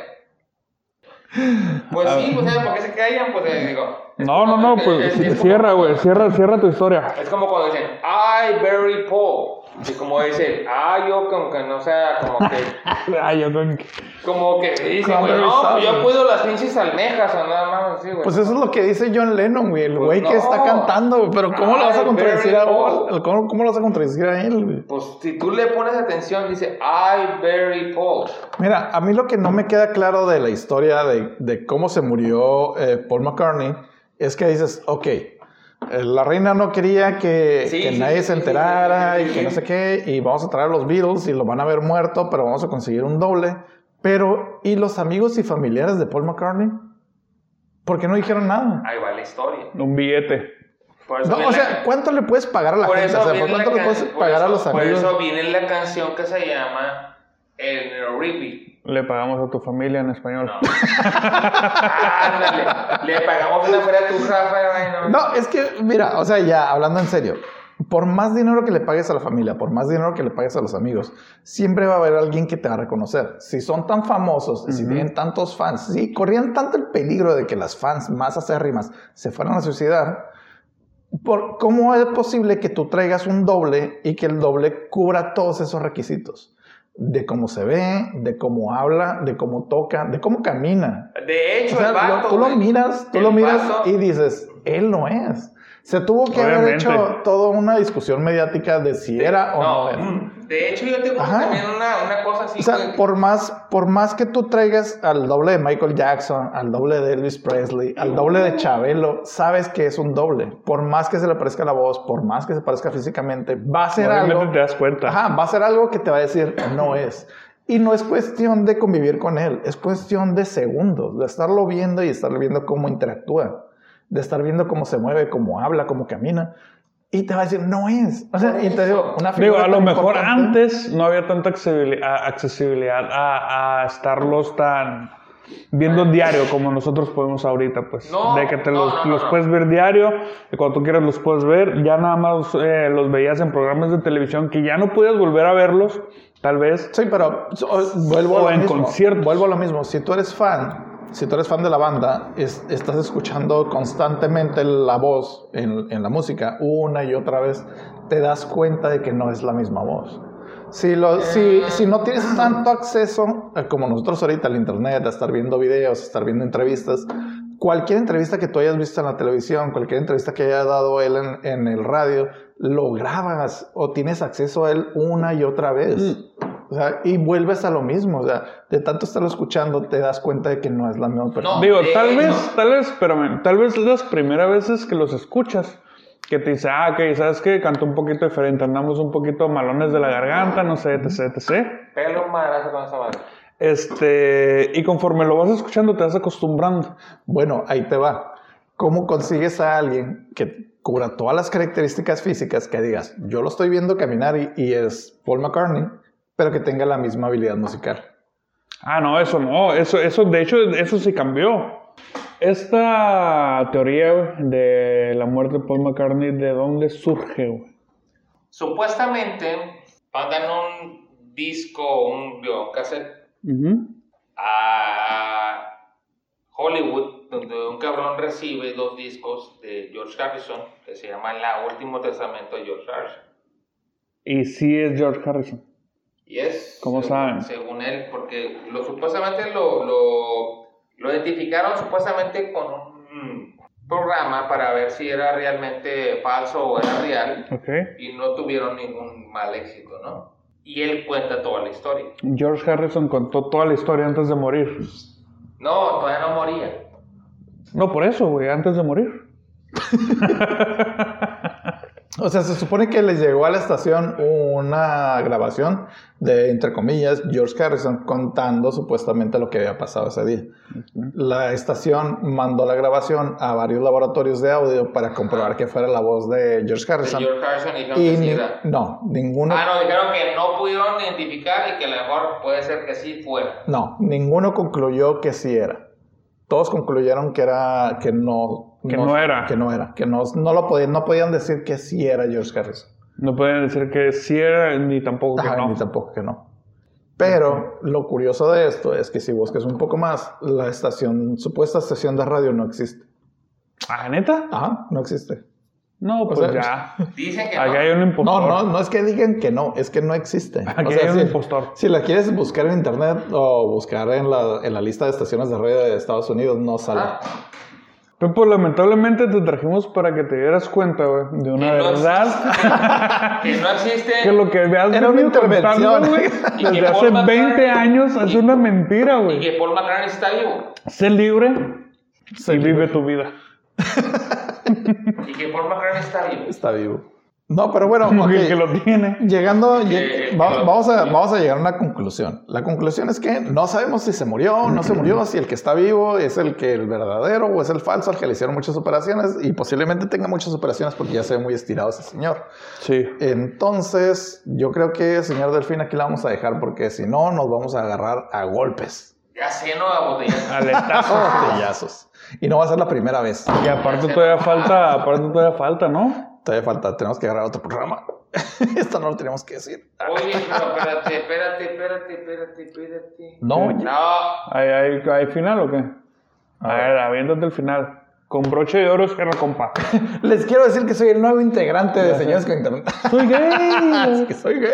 [SPEAKER 3] Pues sí, pues ¿sabes por qué se callan? Pues eh, digo. es
[SPEAKER 2] No, no,
[SPEAKER 3] como-
[SPEAKER 2] no, pues
[SPEAKER 3] Este es- es- es
[SPEAKER 2] cierra,
[SPEAKER 3] como-
[SPEAKER 2] güey. Cierra, cierra tu historia.
[SPEAKER 3] Es como cuando dicen, I bury Paul. Y como dicen, ah, yo como que no sea, como que.
[SPEAKER 2] Ay, yo con...
[SPEAKER 3] Como que dicen,
[SPEAKER 1] Como
[SPEAKER 3] güey, no,
[SPEAKER 1] sabe.
[SPEAKER 3] pues yo cuido las pinches almejas o nada más así, güey.
[SPEAKER 1] Pues eso es lo que dice John Lennon, güey. El güey
[SPEAKER 3] Pues no.
[SPEAKER 1] que está cantando, güey. Pero ¿cómo lo vas a
[SPEAKER 3] Ay,
[SPEAKER 1] contradecir a
[SPEAKER 3] Barry
[SPEAKER 1] él? ¿Cómo, cómo lo vas a contradecir a él, güey?
[SPEAKER 3] Pues si tú le pones atención, dice, I bury Paul.
[SPEAKER 1] Mira, a mí lo que no me queda claro de la historia de, de cómo se murió eh, Paul McCartney es que dices, ok, eh, la reina no quería que,
[SPEAKER 3] Sí,
[SPEAKER 1] que
[SPEAKER 3] sí,
[SPEAKER 1] nadie
[SPEAKER 3] sí,
[SPEAKER 1] se
[SPEAKER 3] sí,
[SPEAKER 1] enterara
[SPEAKER 3] sí, sí,
[SPEAKER 1] y
[SPEAKER 3] sí,
[SPEAKER 1] que no
[SPEAKER 3] sí.
[SPEAKER 1] sé qué, y vamos a traer a los Beatles y lo van a ver muerto, pero vamos a conseguir un doble. Pero, ¿y los amigos y familiares de Paul McCartney? ¿Por qué no dijeron nada?
[SPEAKER 3] Ahí va la historia.
[SPEAKER 2] Un billete.
[SPEAKER 3] Por eso
[SPEAKER 1] No,
[SPEAKER 3] viene
[SPEAKER 1] o
[SPEAKER 3] la-
[SPEAKER 1] sea, ¿cuánto le puedes pagar a la
[SPEAKER 3] por
[SPEAKER 1] gente?
[SPEAKER 3] eso
[SPEAKER 1] O sea,
[SPEAKER 3] viene
[SPEAKER 1] ¿por cuánto
[SPEAKER 3] la
[SPEAKER 1] le
[SPEAKER 3] can-
[SPEAKER 1] puedes
[SPEAKER 3] por
[SPEAKER 1] pagar a
[SPEAKER 3] eso-
[SPEAKER 1] los
[SPEAKER 3] Por
[SPEAKER 1] amigos?
[SPEAKER 3] eso viene la canción que se llama El Repeat.
[SPEAKER 2] Le pagamos a tu familia en español.
[SPEAKER 3] Ándale, le pagamos una feria a tu Rafa. ay, no.
[SPEAKER 1] No, es que, mira, o sea, ya hablando en serio, por más dinero que le pagues a la familia, por más dinero que le pagues a los amigos, siempre va a haber alguien que te va a reconocer. Si son tan famosos, y si
[SPEAKER 2] Ujú.
[SPEAKER 1] tienen tantos fans, si corrían tanto el peligro de que las fans más acérrimas se fueran a suicidar, por, ¿cómo es posible que tú traigas un doble y que el doble cubra todos esos requisitos? De cómo se ve, de cómo habla, de cómo toca, de cómo camina.
[SPEAKER 3] De hecho,
[SPEAKER 1] O sea,
[SPEAKER 3] el vato,
[SPEAKER 1] lo- tú lo
[SPEAKER 3] güey,
[SPEAKER 1] miras, tú
[SPEAKER 3] el
[SPEAKER 1] lo miras
[SPEAKER 3] vato-
[SPEAKER 1] y dices, él no es. Se tuvo que haber
[SPEAKER 2] Obviamente.
[SPEAKER 1] hecho toda una discusión mediática de si era o no, era.
[SPEAKER 3] mm, De hecho, yo tengo
[SPEAKER 1] Ajá.
[SPEAKER 3] también una, una cosa así.
[SPEAKER 1] O sea,
[SPEAKER 3] güey.
[SPEAKER 1] por más, por más que tú traigas al doble de Michael Jackson, al doble de Elvis Presley, al doble de Chabelo, sabes que es un doble. Por más que se le parezca la voz, por más que se parezca físicamente, va a ser
[SPEAKER 2] Obviamente
[SPEAKER 1] algo.
[SPEAKER 2] te das cuenta.
[SPEAKER 1] Ajá, va a ser algo que te va a decir no es. Y no es cuestión de convivir con él, es cuestión de segundos, de estarlo viendo y estar viendo cómo interactúa, de estar viendo cómo se mueve, cómo habla, cómo camina. Y te va a decir, no es. O sea, y te digo, una
[SPEAKER 2] Digo,
[SPEAKER 1] figura
[SPEAKER 2] a lo
[SPEAKER 1] tan
[SPEAKER 2] mejor
[SPEAKER 1] importante-
[SPEAKER 2] antes no había tanta accesibili- a- accesibilidad a, a estarlos tan viendo diario como nosotros podemos ahorita, pues.
[SPEAKER 3] No,
[SPEAKER 2] de que te
[SPEAKER 3] no,
[SPEAKER 2] los,
[SPEAKER 3] no, no,
[SPEAKER 2] los
[SPEAKER 3] no.
[SPEAKER 2] puedes ver diario, y cuando tú quieras los puedes ver, ya nada más eh, los veías en programas de televisión que ya no podías volver a verlos, tal vez.
[SPEAKER 1] Sí, pero o- vuelvo
[SPEAKER 2] O
[SPEAKER 1] a lo
[SPEAKER 2] en
[SPEAKER 1] mismo.
[SPEAKER 2] conciertos.
[SPEAKER 1] Vuelvo a lo mismo. Si tú eres fan, si tú eres fan de la banda, es- estás escuchando constantemente la voz en, en la música una y otra vez, te das cuenta de que no es la misma voz. Si, lo, si, si no tienes tanto acceso eh, como nosotros ahorita al internet, a estar viendo videos, a estar viendo entrevistas, cualquier entrevista que tú hayas visto en la televisión, cualquier entrevista que haya dado él en, en el radio, lo grabas o tienes acceso a él una y otra vez. O sea, y vuelves a lo mismo. O sea, de tanto estarlo escuchando, te das cuenta de que no es la misma persona.
[SPEAKER 2] Digo,
[SPEAKER 3] de
[SPEAKER 2] tal
[SPEAKER 3] hecho.
[SPEAKER 2] vez, tal vez, espérame, tal vez las primeras veces que los escuchas, que te dice, ah, ok, ¿sabes qué? Canto un poquito diferente, andamos un poquito malones de la garganta, no sé, etc, etc.
[SPEAKER 3] Pégale un madrazo con esa madre.
[SPEAKER 2] Este, y conforme lo vas escuchando, te vas acostumbrando.
[SPEAKER 1] Bueno, ahí te va. ¿Cómo consigues a alguien que cubra todas las características físicas que digas, yo lo estoy viendo caminar y, y es Paul McCartney, pero que tenga la misma habilidad musical?
[SPEAKER 2] Ah, no, eso no, eso, eso, de hecho, eso sí cambió. Esta teoría de la muerte de Paul McCartney, ¿de dónde surge? güey?
[SPEAKER 3] Supuestamente mandan un disco o un digo, cassette
[SPEAKER 2] Ujú.
[SPEAKER 3] a Hollywood, donde un cabrón recibe dos discos de George Harrison, que se llama La Último Testamento de George Harrison.
[SPEAKER 2] Y sí es George Harrison.
[SPEAKER 3] Y es.
[SPEAKER 2] ¿Cómo
[SPEAKER 3] según,
[SPEAKER 2] saben?
[SPEAKER 3] Según él, porque lo, supuestamente lo, lo, lo identificaron supuestamente con un programa para ver si era realmente falso o era real
[SPEAKER 2] Ok.
[SPEAKER 3] y no tuvieron ningún mal éxito, ¿no? Y él cuenta toda la historia.
[SPEAKER 2] George Harrison contó toda la historia antes de morir.
[SPEAKER 3] No, todavía no moría.
[SPEAKER 2] No, por eso, güey, antes de morir.
[SPEAKER 1] O sea, se supone que les llegó a la estación una grabación de, entre comillas, George Harrison contando supuestamente lo que había pasado ese día. La estación mandó la grabación a varios laboratorios de audio para comprobar que fuera la voz de George
[SPEAKER 3] De
[SPEAKER 1] Harrison.
[SPEAKER 3] George Harrison dijeron
[SPEAKER 1] Y
[SPEAKER 3] que sí
[SPEAKER 1] ni-
[SPEAKER 3] era.
[SPEAKER 1] no, ninguno,
[SPEAKER 3] Ah, no, dijeron que no pudieron identificar y que a lo mejor puede ser que sí fuera.
[SPEAKER 1] no, ninguno concluyó que sí era. Todos concluyeron que era, que no,
[SPEAKER 2] Que no era.
[SPEAKER 1] que no era, que no, no lo podían, no podían decir que sí era George Harrison.
[SPEAKER 2] No pueden decir que sí era ni tampoco que
[SPEAKER 1] Ajá,
[SPEAKER 2] no.
[SPEAKER 1] ni tampoco que no. Pero lo curioso de esto es que si buscas un poco más, la estación, supuesta estación de radio no existe.
[SPEAKER 2] Ah, neta?
[SPEAKER 1] Ajá, no existe.
[SPEAKER 2] No, pues
[SPEAKER 1] sea,
[SPEAKER 2] ya.
[SPEAKER 3] Dicen que no.
[SPEAKER 2] Aquí hay un
[SPEAKER 1] No,
[SPEAKER 2] impostor.
[SPEAKER 1] no, no es que digan que no, es que no existe.
[SPEAKER 2] Aquí hay un
[SPEAKER 1] si,
[SPEAKER 2] impostor.
[SPEAKER 1] si la quieres buscar en internet o buscar en la, en la lista de estaciones de radio de Estados Unidos, no sale.
[SPEAKER 3] Ah,
[SPEAKER 2] Pepo, lamentablemente te trajimos para que te dieras cuenta, güey, de una
[SPEAKER 3] Que no es-
[SPEAKER 2] verdad.
[SPEAKER 3] que no existe.
[SPEAKER 2] que lo que veas
[SPEAKER 1] Era una intervención.
[SPEAKER 2] güey,
[SPEAKER 3] Y que
[SPEAKER 2] desde hace
[SPEAKER 3] Paul McCartney-
[SPEAKER 2] 20 años es una mentira,
[SPEAKER 3] Y
[SPEAKER 2] güey.
[SPEAKER 3] que Paul McCartney está vivo.
[SPEAKER 2] Sé libre y vive tu vida.
[SPEAKER 3] Y que Paul McCartney está vivo.
[SPEAKER 1] Está vivo. No, pero bueno,
[SPEAKER 2] Como que
[SPEAKER 1] ok.
[SPEAKER 2] el que lo tiene.
[SPEAKER 1] Llegando,
[SPEAKER 3] Eh,
[SPEAKER 1] lleg- va-
[SPEAKER 3] eh,
[SPEAKER 1] vamos, a,
[SPEAKER 3] eh.
[SPEAKER 1] vamos a llegar a una conclusión. La conclusión es que no sabemos si se murió, no se murió, si el que está vivo es el que el verdadero o es el falso al que le hicieron muchas operaciones y posiblemente tenga muchas operaciones porque ya se ve muy estirado ese señor.
[SPEAKER 2] Sí.
[SPEAKER 1] Entonces, yo creo que, señor Delfín, aquí la vamos a dejar porque si no, nos vamos a agarrar a golpes,
[SPEAKER 3] Ya sé, no a botellas.
[SPEAKER 2] Aletazo.
[SPEAKER 1] a botellazos. Y no va a ser la primera vez.
[SPEAKER 2] Y aparte todavía falta, aparte todavía falta, ¿no?
[SPEAKER 1] Todavía falta, tenemos que agarrar otro programa. Esto no lo tenemos que decir.
[SPEAKER 3] Oye, pero espérate, espérate, espérate, espérate, espérate.
[SPEAKER 1] No,
[SPEAKER 2] Sí.
[SPEAKER 1] ya-
[SPEAKER 3] No,
[SPEAKER 2] ¿Hay, hay, hay final o qué? A ver, aviéntate el final. Con broche de oro cierra, compa.
[SPEAKER 1] les quiero decir que soy el nuevo integrante de Señores con Internet.
[SPEAKER 2] Soy
[SPEAKER 1] Así
[SPEAKER 2] gay.
[SPEAKER 1] que soy gay.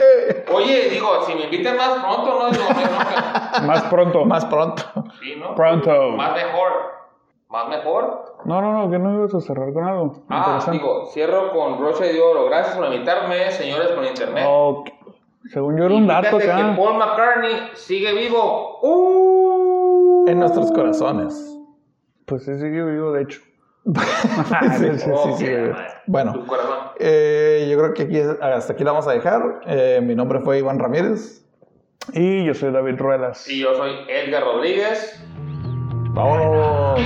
[SPEAKER 3] oye, digo, si me invitan más pronto, no digo, no, no,
[SPEAKER 2] Más pronto.
[SPEAKER 1] Más pronto.
[SPEAKER 3] sí, ¿no?
[SPEAKER 2] Pronto.
[SPEAKER 3] Más mejor. Más mejor.
[SPEAKER 2] No, no, no, que no ibas a cerrar con algo.
[SPEAKER 3] Ah,
[SPEAKER 2] Interesante.
[SPEAKER 3] digo, cierro con broche de oro. Gracias por invitarme, señores con internet.
[SPEAKER 2] Ok. Según yo era
[SPEAKER 3] ¿eh? Y
[SPEAKER 2] un dato
[SPEAKER 3] fíjate
[SPEAKER 2] acá.
[SPEAKER 3] que Paul McCartney sigue vivo.
[SPEAKER 1] En nuestros
[SPEAKER 3] Uh.
[SPEAKER 1] corazones.
[SPEAKER 2] Pues sí, sigue vivo, de hecho.
[SPEAKER 1] Ah, Sí, sí, sí,
[SPEAKER 3] Oh,
[SPEAKER 1] sí.
[SPEAKER 3] qué madre.
[SPEAKER 1] Bueno,
[SPEAKER 3] Tu corazón.
[SPEAKER 1] eh, yo creo que aquí, hasta aquí la vamos a dejar. Eh, mi nombre fue Iván Ramírez.
[SPEAKER 2] Y yo soy David Ruedas.
[SPEAKER 3] Y yo soy Edgar Rodríguez.
[SPEAKER 1] Vámonos.